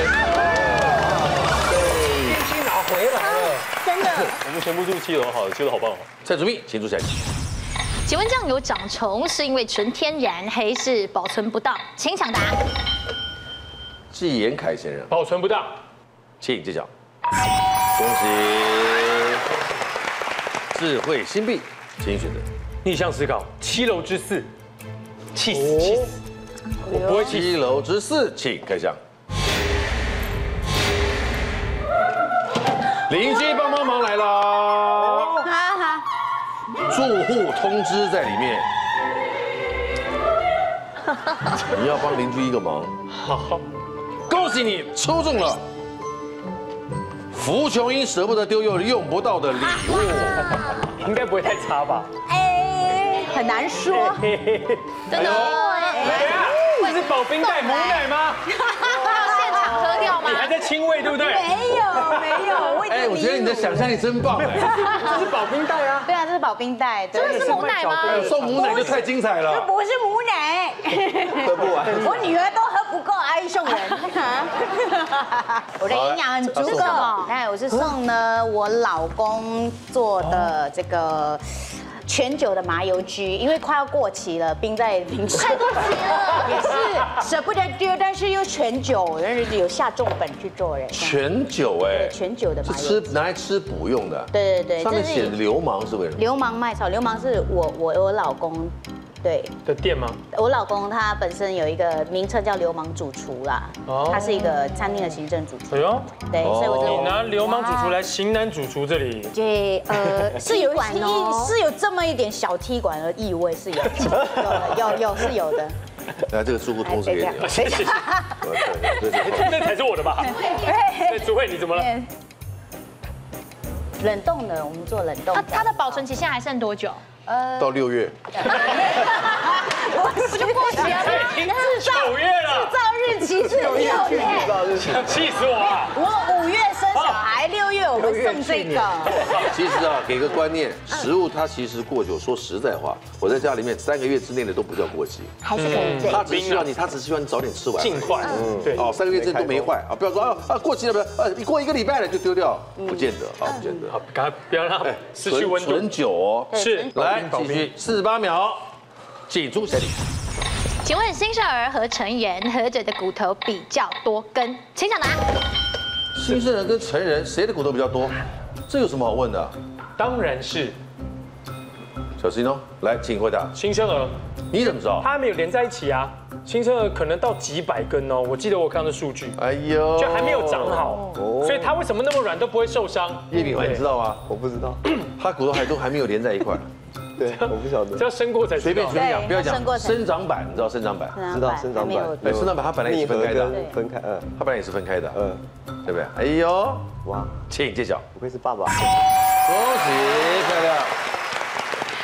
[SPEAKER 2] 真的
[SPEAKER 9] 我们全部住七楼，好了，七楼好棒哦。
[SPEAKER 6] 蔡主秘，请出下一题。
[SPEAKER 7] 请问酱油长虫是因为纯天然还是保存不当？请抢答。
[SPEAKER 6] 纪言凯先生，
[SPEAKER 8] 保存不当，
[SPEAKER 6] 请揭晓。恭喜，智慧新币，请选择。
[SPEAKER 8] 逆向思考，七楼之四，气死气死！我不会气死，
[SPEAKER 6] 七楼之四，请开箱。邻居帮帮忙来啦！
[SPEAKER 5] 哈哈，
[SPEAKER 6] 住户通知在里面。你要帮邻居一个忙，
[SPEAKER 9] 哦
[SPEAKER 6] 恭喜你抽中了福琼英舍不得丢又用不到的礼物。
[SPEAKER 8] 应该不会太差吧？
[SPEAKER 5] 哎，很难说，
[SPEAKER 7] 真的？哦
[SPEAKER 8] 哎呀，这是保冰袋母奶吗？
[SPEAKER 7] 现场喝掉吗
[SPEAKER 8] 你？还在亲喂对不对？
[SPEAKER 5] 没有没有，我已
[SPEAKER 6] 哎，
[SPEAKER 5] 经
[SPEAKER 6] 我觉得你的想象力真棒哎！
[SPEAKER 8] 这是保冰袋啊，
[SPEAKER 5] 对啊，这是保冰袋，对
[SPEAKER 7] 真的是母奶吗？
[SPEAKER 6] 送母奶就太精彩了。
[SPEAKER 5] 不是母奶，
[SPEAKER 3] 喝不完。
[SPEAKER 5] 我女儿都喝不够，还送 人。我的营养很足
[SPEAKER 6] 这是
[SPEAKER 5] 够
[SPEAKER 6] 什。
[SPEAKER 5] 哎，我是送呢我老公做的这个。全酒的麻油居，因为快要过期了，冰在冰室。 快过期了，也是舍不得丢，但是又全酒，但是有下重本去做人。
[SPEAKER 6] 全酒哎，
[SPEAKER 5] 全酒的麻
[SPEAKER 6] 是
[SPEAKER 5] 油
[SPEAKER 6] 吃拿来吃补用的。
[SPEAKER 5] 对对对
[SPEAKER 6] 上面
[SPEAKER 5] 这
[SPEAKER 6] 写
[SPEAKER 5] 是
[SPEAKER 6] 流氓是为什么？
[SPEAKER 5] 流氓卖草，流氓是我我我老公，对
[SPEAKER 8] 的店吗？
[SPEAKER 5] 我老公他本身有一个名称叫流氓主厨啦，
[SPEAKER 8] 哦
[SPEAKER 5] 他是一个餐厅的行政主厨
[SPEAKER 8] 哎，呦，
[SPEAKER 5] 对，所以我
[SPEAKER 8] 你
[SPEAKER 5] 就啊
[SPEAKER 8] 拿流氓主厨来型男主厨这里，
[SPEAKER 5] 对，呃，是有一
[SPEAKER 2] 踢馆哦
[SPEAKER 5] 是有这么一点小踢馆的意味是有，有有有是有的，
[SPEAKER 6] 那这个住户通知给你啊。
[SPEAKER 8] 谢谢，
[SPEAKER 5] 哎
[SPEAKER 6] 我看 这是
[SPEAKER 8] 那才是我的吧？那主慧你怎么了？
[SPEAKER 5] 冷冻的，我们做冷冻
[SPEAKER 7] 它。啊它的保存期限还剩多久？
[SPEAKER 6] 到六月，
[SPEAKER 5] 不就过期了吗？
[SPEAKER 8] 已经九月了，
[SPEAKER 5] 造日期是六月，
[SPEAKER 8] 气死我啊了！
[SPEAKER 5] 我五月生小孩，六月我们送这个。
[SPEAKER 6] 其实啊，给个观念，食物它其实过久，说实在话，我在家里面三个月之内的都不叫过期，
[SPEAKER 2] 还是可以对。
[SPEAKER 6] 它只希望你，它只希望你早点吃完。
[SPEAKER 8] 尽快，嗯对，
[SPEAKER 6] 哦，三个月之内都没坏啊！不要说啊啊过期了，不要啊，你过一个礼拜了就丢掉，
[SPEAKER 5] 嗯
[SPEAKER 6] 不见得啊，不见得。哎
[SPEAKER 8] 好，赶快不要让它失去温
[SPEAKER 6] 纯
[SPEAKER 8] 度。
[SPEAKER 6] 酒哦，
[SPEAKER 8] 是，
[SPEAKER 6] 来继续四十八秒，记住下里。
[SPEAKER 7] 请问新生儿和成人何者的骨头比较多根？请抢答。
[SPEAKER 6] 新生儿跟成人谁的骨头比较多？这有什么好问的啊？
[SPEAKER 8] 当然是
[SPEAKER 6] 小心哦，来，请回答。
[SPEAKER 8] 新生儿，
[SPEAKER 6] 你怎么知道？
[SPEAKER 8] 它没有连在一起啊，新生儿可能到几百根哦，我记得我看到数据，
[SPEAKER 6] 哎呦，
[SPEAKER 8] 就还没有长。好，所以它为什么那么软都不会受伤？
[SPEAKER 6] 叶秉桓，你知道吗？
[SPEAKER 3] 我不知道，
[SPEAKER 6] 他骨头还都还没有连在一块儿，
[SPEAKER 3] 对，我不晓得
[SPEAKER 8] 只。要生过才知
[SPEAKER 6] 随便
[SPEAKER 8] 道
[SPEAKER 6] 随。便讲，
[SPEAKER 5] 对
[SPEAKER 6] 不要
[SPEAKER 5] 他生
[SPEAKER 6] 讲
[SPEAKER 5] 过嗯才
[SPEAKER 6] 生长板，你知道生长板？
[SPEAKER 3] 知道生长
[SPEAKER 5] 还没有
[SPEAKER 3] 板，
[SPEAKER 6] 哎生长板它本来也是分开的啊
[SPEAKER 3] 密合跟分开，嗯
[SPEAKER 6] 它本来也是分开的，
[SPEAKER 3] 嗯，
[SPEAKER 6] 对不对？哎呦，
[SPEAKER 3] 哇，
[SPEAKER 6] 请揭晓，
[SPEAKER 3] 不愧是爸爸。
[SPEAKER 6] 恭喜漂亮。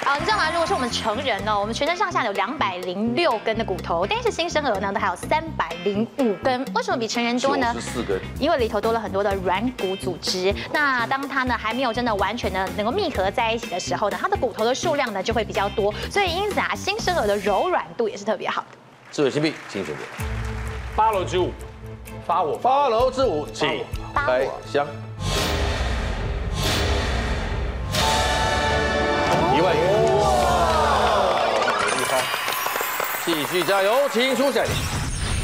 [SPEAKER 7] 好，哦你知道吗？如果是我们成人呢，我们全身上下有两百零六根的骨头，但是新生儿呢，它还有三百零五根。为什么比成人多呢？
[SPEAKER 6] 九十四根
[SPEAKER 7] 因为里头多了很多的软骨组织。那当它呢还没有真的完全的能够密合在一起的时候呢，它的骨头的数量呢就会比较多，所以因此啊，新生儿的柔软度也是特别好的。
[SPEAKER 6] 智慧新币，请选择。
[SPEAKER 8] 八楼之舞，发我发。
[SPEAKER 6] 八楼之舞，请
[SPEAKER 2] 八
[SPEAKER 6] 开
[SPEAKER 2] 楼
[SPEAKER 6] 箱。一万元，继续加油，请出选。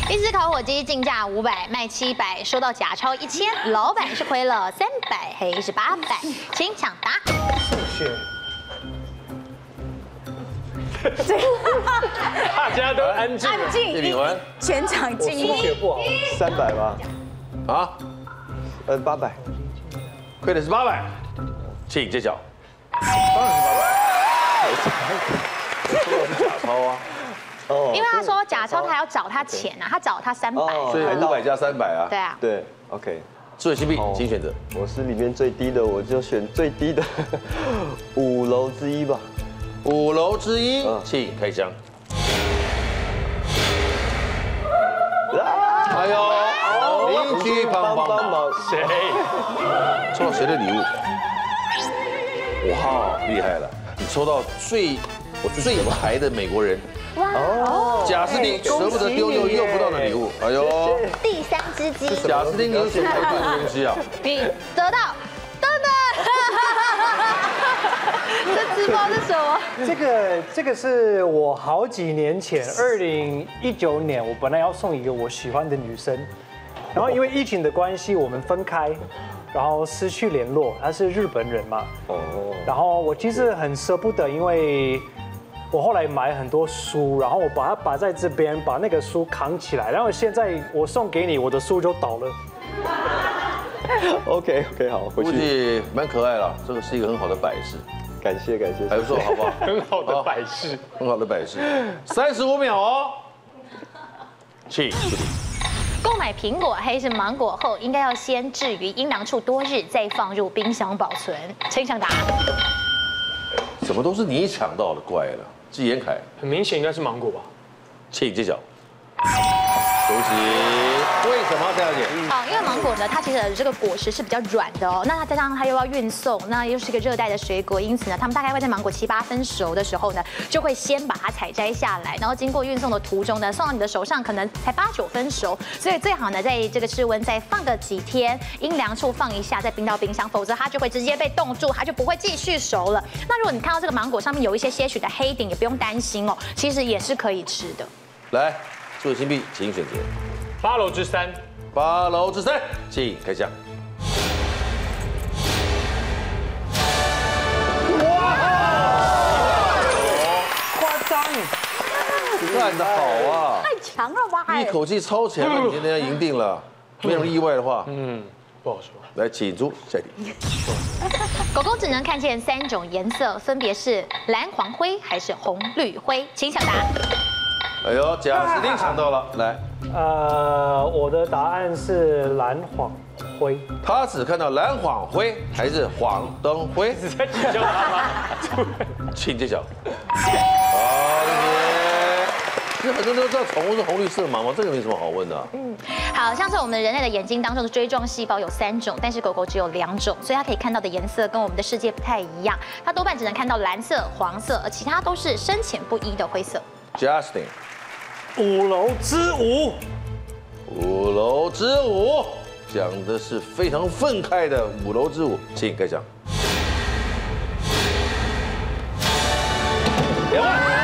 [SPEAKER 7] 一只烤火鸡进价五百，卖七百，收到假钞一千，老板是亏了三百，黑是八百，请抢答。
[SPEAKER 8] 大家都安静了。
[SPEAKER 5] 安静，
[SPEAKER 6] 叶秉文
[SPEAKER 5] 全场静
[SPEAKER 1] 数
[SPEAKER 5] 音。
[SPEAKER 1] 学不好，
[SPEAKER 3] 三百吧，
[SPEAKER 6] 啊，
[SPEAKER 3] 呃，八百，
[SPEAKER 6] 亏的是八百，请揭晓。当然是八百，我说的是假钞啊，
[SPEAKER 3] 哦
[SPEAKER 7] 因为他说假钞他要找他钱啊，他找他三百。
[SPEAKER 3] 哦
[SPEAKER 6] 所以五百加三百啊
[SPEAKER 7] 对。啊，
[SPEAKER 3] 对，OK，
[SPEAKER 6] 智慧新币，请选择。
[SPEAKER 3] 我是里面最低的，我就选最低的 五楼之一吧。
[SPEAKER 6] 五楼之一
[SPEAKER 3] 嗯，
[SPEAKER 6] 请开箱。
[SPEAKER 3] 啊
[SPEAKER 6] 哎呦，邻居帮帮忙。
[SPEAKER 3] 忙，
[SPEAKER 8] 谁？
[SPEAKER 6] 抽到谁的礼物？哇，厉害了！你抽到最我最排的美国人，
[SPEAKER 3] 哦，
[SPEAKER 6] 贾斯汀舍不得丢又用不到的礼物。哎呦，
[SPEAKER 2] 第三只鸡，
[SPEAKER 6] 贾斯汀，你是排队的东西 啊？
[SPEAKER 7] 你得到，等 等，这自爆是什么？
[SPEAKER 1] 这个这个是我好几年前，二零一九年，我本来要送一个我喜欢的女生，然后因为疫情的关系，我们分开，然后失去联络。她是日本人嘛，
[SPEAKER 3] 哦，
[SPEAKER 1] 然后我其实很舍不得，因为我后来买很多书，然后我把它摆在这边，把那个书扛起来，然后现在我送给你，我的书就倒了。
[SPEAKER 3] OK OK，好，回
[SPEAKER 6] 估
[SPEAKER 3] 去
[SPEAKER 6] 计蛮可爱了，这个是一个很好的摆饰，
[SPEAKER 3] 感谢感谢，
[SPEAKER 6] 还不错，好 不好？啊
[SPEAKER 8] 很好的摆饰。
[SPEAKER 6] 很好的摆饰，三十五秒哦，请。
[SPEAKER 7] 购买苹果还是芒果后，应该要先置于阴凉处多日，再放入冰箱保存。请抢答。
[SPEAKER 6] 怎么都是你抢到的，怪了。纪言凯，
[SPEAKER 8] 很明显应该是芒果吧？
[SPEAKER 6] 请揭晓。嗯恭喜！为什么这样解？
[SPEAKER 7] 啊，因为芒果呢，它其实这个果实是比较软的哦，那它加上它又要运送，那又是一个热带的水果，因此呢，他们大概会在芒果七八分熟的时候呢，就会先把它采摘下来，然后经过运送的途中呢，送到你的手上可能才八九分熟，所以最好呢，在这个室温再放个几天，阴凉处放一下，再冰到冰箱，否则它就会直接被冻住，它就不会继续熟了。那如果你看到这个芒果上面有一些些许的黑点，也不用担心哦，其实也是可以吃的。
[SPEAKER 6] 来，祝新币，请选择。
[SPEAKER 8] 八楼之三，
[SPEAKER 6] 八楼之三，请开箱。
[SPEAKER 1] 夸张，
[SPEAKER 6] 干得好啊！
[SPEAKER 2] 太强了吧！
[SPEAKER 6] 一口气超前了，你今天赢定了。没有意外的话，
[SPEAKER 8] 不好说。
[SPEAKER 6] 来，请出下一题。
[SPEAKER 7] 狗狗只能看见三种颜色，分别是蓝、黄、灰还是红、绿、灰？请抢答。
[SPEAKER 6] 哎呦， 贾斯汀抢到了，来，
[SPEAKER 1] 呃，我的答案是蓝黄灰，
[SPEAKER 6] 他只看到蓝晃灰还是晃灯灰，
[SPEAKER 8] 你在取笑他吗？
[SPEAKER 6] 请揭晓。好，谢谢。这很多人都知道宠物是红绿色盲吗？这个没什么好问的啊。
[SPEAKER 7] 好像是我们人类的眼睛当中的锥状细胞有三种，但是狗狗只有两种，所以它可以看到的颜色跟我们的世界不太一样。它多半只能看到蓝色、黄色，而其他都是深浅不一的灰色。
[SPEAKER 6] 贾斯汀，
[SPEAKER 1] 五楼之舞。
[SPEAKER 6] 五楼之舞，讲的是非常愤慨的五楼之舞，请开讲。两万。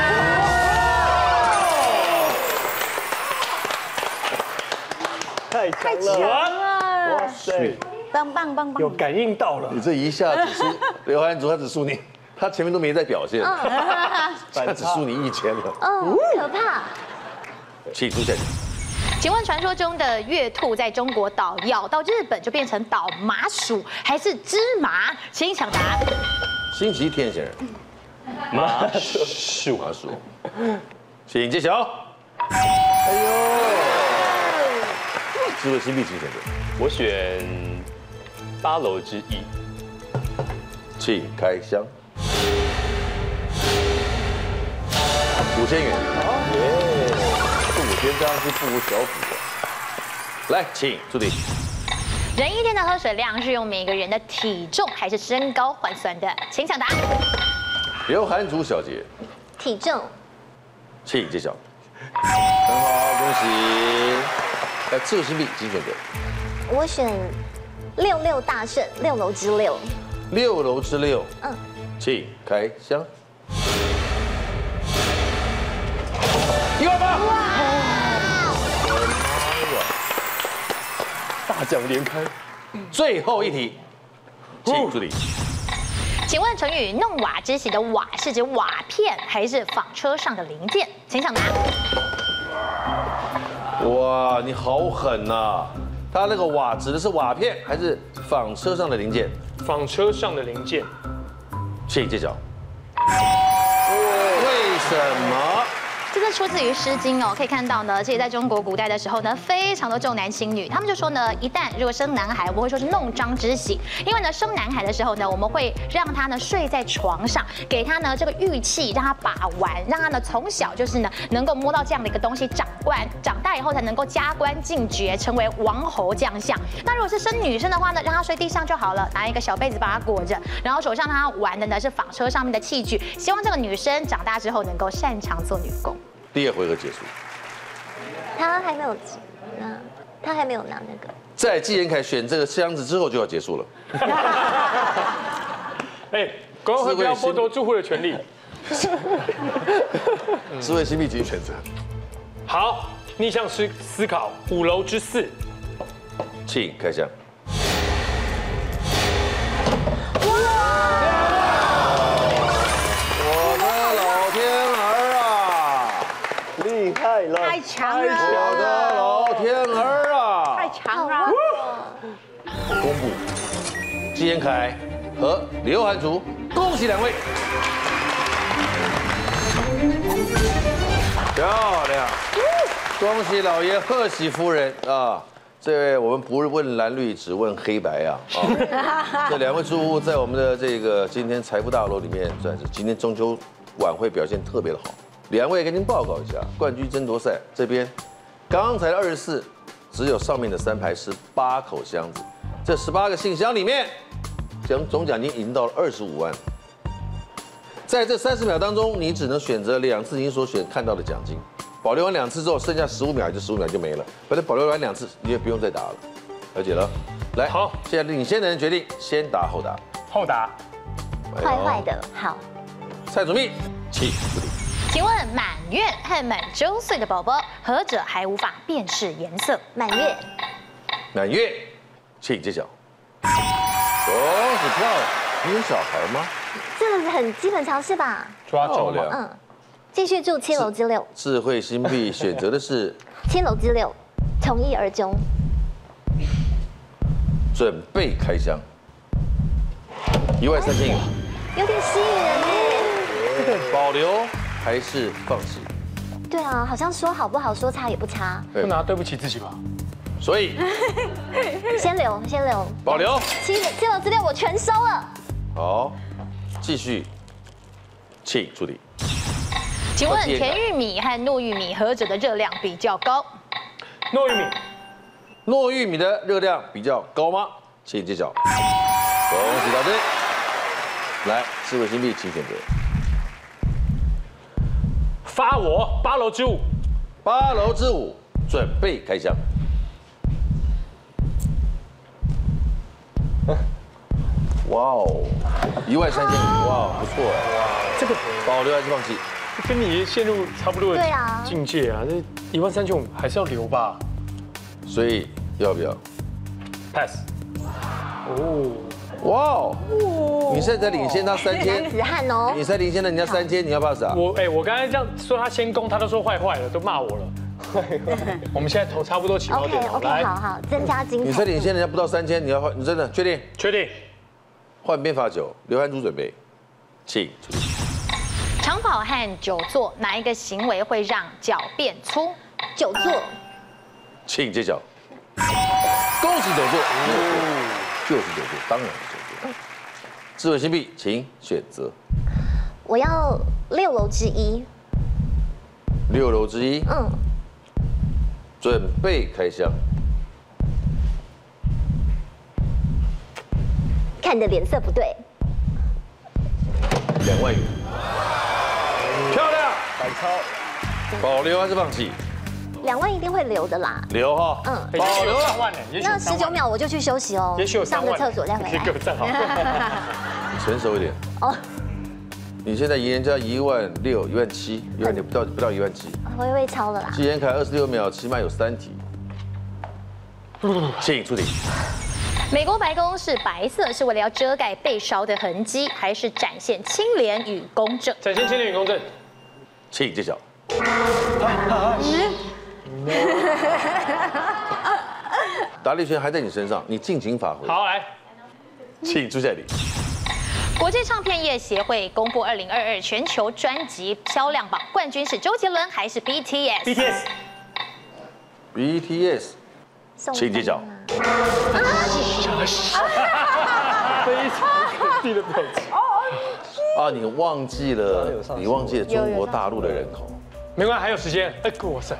[SPEAKER 3] 太强了，
[SPEAKER 5] 哇
[SPEAKER 3] 哇塞，
[SPEAKER 5] 棒棒棒
[SPEAKER 1] 有
[SPEAKER 5] 棒！
[SPEAKER 1] 感应到了，
[SPEAKER 6] 你这一下只输刘涵竹，他只输你，他前面都没在表现，他只输你一千了。
[SPEAKER 2] 哦，可怕！
[SPEAKER 6] 请出现。
[SPEAKER 7] 请问传说中的月兔在中国岛咬到日本就变成倒麻薯，还是芝麻？请抢答案。
[SPEAKER 6] 星期天先生，
[SPEAKER 9] 嗯麻
[SPEAKER 6] 树麻树，请揭晓。哎呦，是不是新币请选择？
[SPEAKER 9] 我选八楼之一。
[SPEAKER 6] 请开箱。五千元，
[SPEAKER 9] 哦
[SPEAKER 6] 耶！这五千当然是不无小补啊。来，请助理。
[SPEAKER 7] 人一天的喝水量是用每个人的体重还是身高换算的？请抢答案。
[SPEAKER 6] 刘涵竹小姐，
[SPEAKER 2] 体重
[SPEAKER 6] 请揭晓。很好，恭喜。哎，自由新币请选择。
[SPEAKER 2] 我选六六大顺，六楼之六。
[SPEAKER 6] 六楼之六，
[SPEAKER 2] 嗯，
[SPEAKER 6] 请开箱。一万八，
[SPEAKER 9] 大奖连拍，
[SPEAKER 6] 最后一题，请助理。
[SPEAKER 7] 请问成语“弄瓦之喜”的“瓦”是指瓦片还是纺车上的零件？请抢答。
[SPEAKER 6] 哇，你好狠呐、他那个瓦指的是瓦片还是纺车上的零件？
[SPEAKER 8] 纺车上的零件，
[SPEAKER 6] 请揭晓。为什么？
[SPEAKER 7] 这是出自于《诗经》哦，可以看到呢，其实在中国古代的时候呢，非常多重男轻女，他们就说呢，一旦如果生男孩，我们会说是弄璋之喜，因为呢，生男孩的时候呢，我们会让他呢睡在床上，给他呢这个玉器，让他把玩，让他呢从小就是呢能够摸到这样的一个东西，长冠，长大以后才能够加官进爵，成为王侯将相。那如果是生女生的话呢，让她睡地上就好了，拿一个小被子把她裹着，然后手上她玩的呢是纺车上面的器具，希望这个女生长大之后能够擅长做女工。
[SPEAKER 6] 第二回合结束，
[SPEAKER 2] 他还没有拿，他还没有拿那个。
[SPEAKER 6] 在纪言凯选这个箱子之后就要结束了。
[SPEAKER 8] 哎，管委会不要剥夺住户的权利。
[SPEAKER 6] 四位新币请选择，
[SPEAKER 8] 好，逆向思思考，五楼之四，
[SPEAKER 6] 请开箱。我的老天儿啊！
[SPEAKER 3] 厉害了，
[SPEAKER 5] 太强了，
[SPEAKER 6] 我的老天儿啊！
[SPEAKER 5] 太强了。
[SPEAKER 6] 公布，纪言凯和刘涵竹，恭喜两位！漂亮，恭喜老爷，贺喜夫人啊！这位我们不是问蓝绿，只问黑白啊！啊，这两位住户在我们的这个今天财富大楼里面，算是今天中秋晚会表现特别的好。两位跟您报告一下，冠军争夺赛这边，刚才的二十四只有上面的三排十八口箱子，这十八个信箱里面，奖总奖金已经到了二十五万。在这三十秒当中，你只能选择两次你所选看到的奖金，保留完两次之后，剩下十五秒就十五秒就没了。反正保留完两次，你也不用再打了，了解了？来，
[SPEAKER 8] 好
[SPEAKER 6] 现在领先的人决定先打后打。
[SPEAKER 8] 后答。
[SPEAKER 6] 哎呦
[SPEAKER 2] 坏坏，的，好，
[SPEAKER 6] 蔡祖密，起，
[SPEAKER 7] 请问满月和满周岁的宝宝，何者还无法辨识颜色？
[SPEAKER 2] 满月
[SPEAKER 6] 满月，请揭晓。哦，是漂亮，你有小孩吗？
[SPEAKER 2] 这个是很基本常识吧？
[SPEAKER 8] 抓
[SPEAKER 6] 漂
[SPEAKER 8] 走了。
[SPEAKER 6] 亮。
[SPEAKER 2] 嗯，继续住七楼之六，
[SPEAKER 6] 智慧新币选择的是
[SPEAKER 2] 七楼之六，从一而终。
[SPEAKER 6] 准备开箱，一万三千元，
[SPEAKER 2] 有点 吸引人
[SPEAKER 6] 保留还是放弃？
[SPEAKER 2] 耶。对啊，好像说好不好，说差也不差。
[SPEAKER 6] 对
[SPEAKER 8] 不拿啊对不起自己吧。
[SPEAKER 6] 所以
[SPEAKER 2] 先留，先留。
[SPEAKER 6] 保留。
[SPEAKER 2] 七七楼之六我全收了。
[SPEAKER 6] 好，继续，请助理。
[SPEAKER 7] 请问
[SPEAKER 6] 我记得
[SPEAKER 7] 甜玉米和糯玉米何者的热量比较高？
[SPEAKER 8] 糯玉米，
[SPEAKER 6] 糯玉米的热量比较高吗？请揭晓。恭喜答对。来，四位新币，请选择。
[SPEAKER 8] 发我八楼之五，
[SPEAKER 6] 八楼之舞，准备开箱。
[SPEAKER 8] 哎
[SPEAKER 6] 哇哦，一万三千五，哇，不错哎，
[SPEAKER 8] 这个
[SPEAKER 6] 保留还是放弃？
[SPEAKER 8] 跟你陷入差不多的
[SPEAKER 2] 对啊
[SPEAKER 8] 境界啊，这一万三千五还是要留吧
[SPEAKER 6] 所以要不要？
[SPEAKER 8] ，pass。哦，
[SPEAKER 6] 哇哦，你现在才领先他三 千，
[SPEAKER 2] 子汉哦
[SPEAKER 6] 你，才领先了人家三千，你要不要傻？
[SPEAKER 8] 我哎、我刚才这样说他先攻，他都说坏坏了，都骂我了。我们现在头差不多起跑
[SPEAKER 2] OK
[SPEAKER 8] 点了，
[SPEAKER 2] OK，
[SPEAKER 8] 来，
[SPEAKER 2] 好好，增加精彩。
[SPEAKER 6] 你再领先人家不到三千，你要换，你真的确定？
[SPEAKER 8] 确定。
[SPEAKER 6] 换变法球，刘涵珠准备，请。
[SPEAKER 7] 长跑和久坐，哪一个行为会让脚变粗？
[SPEAKER 2] 久坐，
[SPEAKER 6] 请揭晓。恭喜久坐，就是久坐，当然是久坐。智慧新币，请选择
[SPEAKER 2] 我要六楼之一。
[SPEAKER 6] 六楼之一，
[SPEAKER 2] 嗯，
[SPEAKER 6] 准备开箱。
[SPEAKER 2] 看你的脸色不对，
[SPEAKER 6] 两万元，漂亮，反超，保留还是放弃？
[SPEAKER 2] 两万一定会留的啦。
[SPEAKER 6] 留哈，
[SPEAKER 2] 嗯
[SPEAKER 8] 哎
[SPEAKER 6] 保
[SPEAKER 8] 也许
[SPEAKER 6] 留
[SPEAKER 8] 有三
[SPEAKER 6] 了。
[SPEAKER 8] 万呢，也许
[SPEAKER 2] 那
[SPEAKER 8] 有三
[SPEAKER 2] 十
[SPEAKER 8] 万
[SPEAKER 2] 九，秒我就去休息哦，
[SPEAKER 8] 也许有三
[SPEAKER 2] 上
[SPEAKER 8] 万
[SPEAKER 2] 个
[SPEAKER 8] 呢，
[SPEAKER 2] 厕所 再回
[SPEAKER 8] 你可以
[SPEAKER 2] 来
[SPEAKER 8] 给我。站好。
[SPEAKER 6] 成熟一点。
[SPEAKER 2] 哦，
[SPEAKER 6] 你现在赢人家一万六、一万七，一万六不到不到一万七。
[SPEAKER 2] 微微超了啦。
[SPEAKER 6] 纪言凯二十六秒，起码有三题。请出题。
[SPEAKER 7] 美国白宫是白色，是为了要遮盖被烧的痕迹，还是展现清廉与公正？
[SPEAKER 8] 展现千里与公正，
[SPEAKER 6] 请揭晓。 答力权还在你身上，你尽情发挥。
[SPEAKER 8] 好来，
[SPEAKER 6] 请朱夏礼。
[SPEAKER 7] 国际唱片业协会公布二零二二全球专辑销量榜，冠军是周杰伦还是 BTS？
[SPEAKER 1] BTS
[SPEAKER 6] BTS，
[SPEAKER 2] 送
[SPEAKER 6] 请揭晓。
[SPEAKER 8] 非常肯定的表情，
[SPEAKER 6] 啊，哦你忘记了，你忘记了中国大陆的人口。
[SPEAKER 8] 没关系，还有时间。哎，哇塞，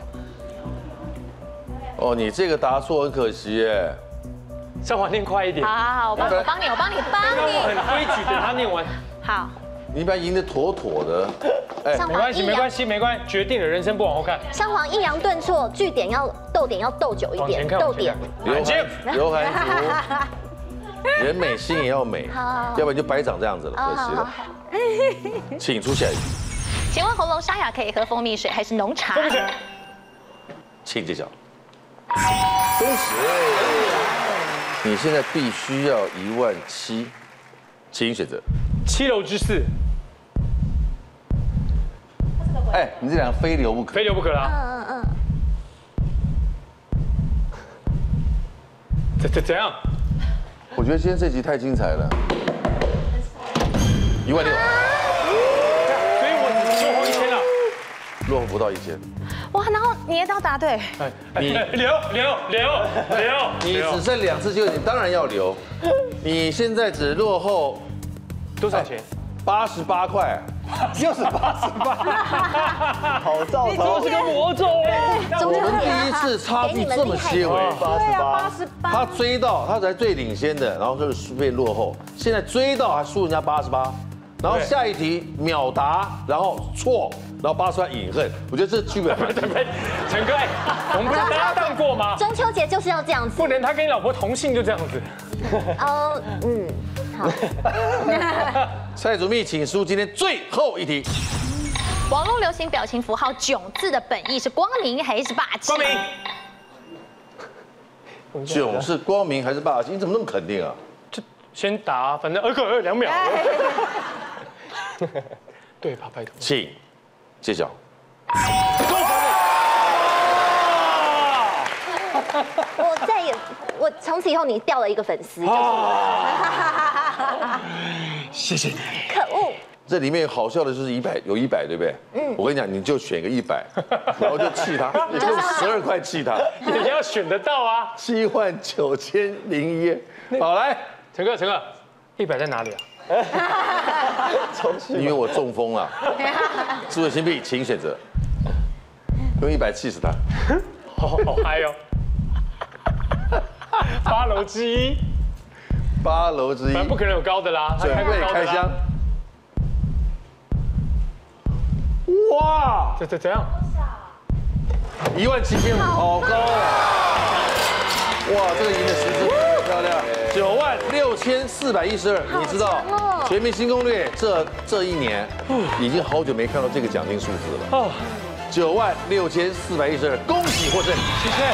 [SPEAKER 6] 哦，你这个答错很可惜耶。
[SPEAKER 8] 上华念快一点
[SPEAKER 7] 好，好好，我帮我帮你，我帮你，帮
[SPEAKER 8] 刚刚我很
[SPEAKER 7] 你。
[SPEAKER 8] 规矩的，他念完，
[SPEAKER 7] 好，
[SPEAKER 6] 你把赢得妥妥的。哎，
[SPEAKER 2] 上
[SPEAKER 8] 没关
[SPEAKER 2] 黄
[SPEAKER 8] 系，
[SPEAKER 2] 抑
[SPEAKER 8] 没关
[SPEAKER 2] 扬，
[SPEAKER 8] 系，没关系，决定了，人生不往后看，
[SPEAKER 2] 上黄抑扬顿挫，据点要逗点要逗久一
[SPEAKER 8] 往前
[SPEAKER 2] 点，
[SPEAKER 8] 看，
[SPEAKER 2] 逗
[SPEAKER 8] 往前
[SPEAKER 2] 点
[SPEAKER 8] 看。
[SPEAKER 6] 刘
[SPEAKER 8] 安静
[SPEAKER 6] 涵刘涵竹，人美心也要美，要不然就白长这样子了，可惜了。请出夏雨，
[SPEAKER 7] 请问喉咙沙哑可以喝蜂蜜水还是浓茶？
[SPEAKER 6] 请揭晓。恭喜！你现在必须要一万七，请选择。
[SPEAKER 8] 七楼之四，
[SPEAKER 6] 哎，你这两个非留不可
[SPEAKER 8] 非。留不可了。
[SPEAKER 2] 嗯嗯嗯，
[SPEAKER 8] 怎怎怎样？
[SPEAKER 6] 我觉得今天这集太精彩了。一万六，
[SPEAKER 8] 所以我只落后一千了。啊
[SPEAKER 6] 落后不到一千。
[SPEAKER 7] 哇，然后你也都答对，
[SPEAKER 8] 你哎留留留留，
[SPEAKER 6] 哎你只剩两次机会，你当然要留。你现在只落后
[SPEAKER 8] 多
[SPEAKER 6] 哎
[SPEAKER 8] 少钱？
[SPEAKER 6] 八十八块。
[SPEAKER 3] 又是八十八，好兆头，
[SPEAKER 8] 这个魔咒，
[SPEAKER 2] 中
[SPEAKER 6] 我
[SPEAKER 2] 间
[SPEAKER 6] 们
[SPEAKER 2] 有
[SPEAKER 6] 第一次差距这么些微，
[SPEAKER 3] 八十八，
[SPEAKER 5] 十
[SPEAKER 6] 他追到他才最领先的，然后就是被落后，现在追到还输人家八十八，然后
[SPEAKER 8] 对
[SPEAKER 6] 下一题秒答，然后错，然后八十八隐恨，我觉得这区别蛮大。
[SPEAKER 8] 陈哥，哎我们不是搭档过吗？
[SPEAKER 2] 中秋节就是要这样子
[SPEAKER 8] 不。能他跟你老婆同姓就这样子。
[SPEAKER 2] 哦，嗯，好，
[SPEAKER 6] 蔡祖密请出今天最后一题，
[SPEAKER 7] 网络流行表情符号“囧”字的本意是光明还是霸气？
[SPEAKER 8] 光明，
[SPEAKER 6] 囧是光明还是霸气？你怎么那么肯定啊？
[SPEAKER 8] 这先打，反正二个二两秒。 对吧？拜托。
[SPEAKER 6] 请揭晓。
[SPEAKER 2] 我再也，我从此以后你掉了一个粉丝，就是可恶。
[SPEAKER 6] 这里面好笑的就是一百有一百，对不对？嗯，我跟你讲，你就选个一 百，然后就气他，你就用十二块气他，
[SPEAKER 8] 你要选得到啊，
[SPEAKER 6] 七万九千零一夜。好来，
[SPEAKER 8] 陈哥，陈哥，一百在哪里啊？
[SPEAKER 6] 因为我中风 了，智慧新币，请选择，用一百气死他。
[SPEAKER 8] 好好嗨 哦！八楼之一，
[SPEAKER 6] 八楼之一，
[SPEAKER 8] 反正不可能有高的啦。他
[SPEAKER 6] 准
[SPEAKER 8] 过
[SPEAKER 6] 备
[SPEAKER 8] 高的
[SPEAKER 6] 开
[SPEAKER 8] 啦
[SPEAKER 6] 箱。。哇，
[SPEAKER 8] 怎怎怎样？
[SPEAKER 6] 一万七千五，好高啊！哇，这个赢了十只，漂亮，九万六千四百一十二。你知道
[SPEAKER 2] 强哦
[SPEAKER 6] 《全明星攻略》这这一年，已经好久没看到这个奖金数字了。
[SPEAKER 8] 哦，
[SPEAKER 6] 九万六千四百一十二，恭喜获胜。
[SPEAKER 8] 谢谢。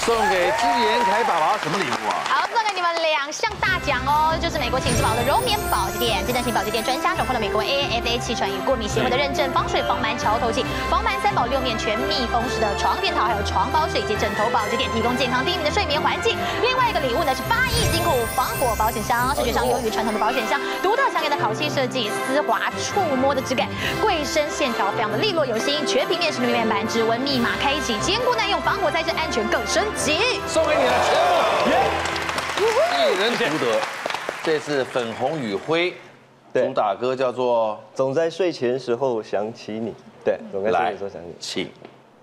[SPEAKER 6] 送给资源凯爸爸什么礼物啊？
[SPEAKER 7] 好，送给你们两项大奖哦，就是美国请之宝的柔棉保洁垫，这件请保洁垫专家手获得美国 AFA 气喘与过敏协会的认证，防水防螨桥头气，防螨三宝六面全密封式的床垫套，还有床包睡以及枕头保洁垫，提供健康低敏的睡眠环境。另外一个礼物呢是八亿金库防火保险箱，视觉上优于传统的保险箱，独特强烈的烤漆设计，丝滑触摸的质感，柜身线条非常的利落有型，全平面式的面板，指纹密码开启，坚固耐用，防火材质，安全更升级。
[SPEAKER 6] 送给你了，全部一人独得。这次粉红与灰，
[SPEAKER 9] 对
[SPEAKER 6] 主打歌叫做
[SPEAKER 9] 总在睡前时候想起你，对，总在睡前时候想起你。
[SPEAKER 6] 请。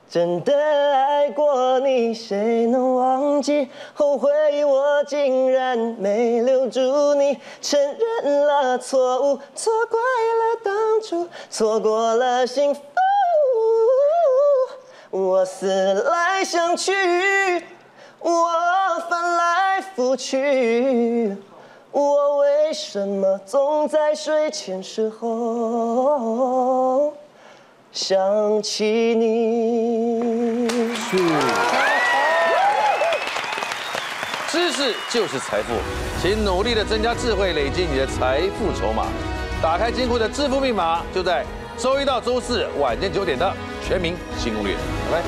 [SPEAKER 9] 真的爱过你，谁能忘记？后悔我竟然没留住你，承认了错误，错怪了当初，错过了幸福，我思来想去，我翻来覆去。我为什么总在睡前时候想起你。
[SPEAKER 6] 知识就是财富，请努力的增加智慧，累积你的财富筹码。打开金库的致富密码，就在周一到周四晚间九点的《全民新攻略》。拜拜。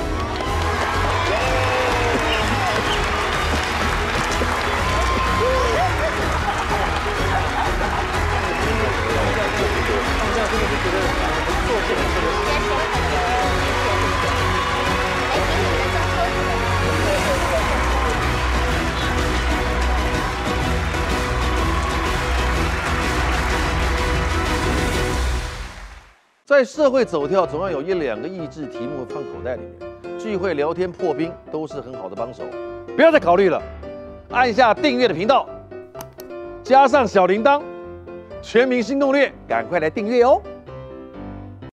[SPEAKER 6] 在社会走跳，总要有一两个益智题目放口袋里面，聚会聊天破冰都是很好的帮手。不要再考虑了，按下订阅的频道，加上小铃铛，全民新攻略，赶快来订阅哦。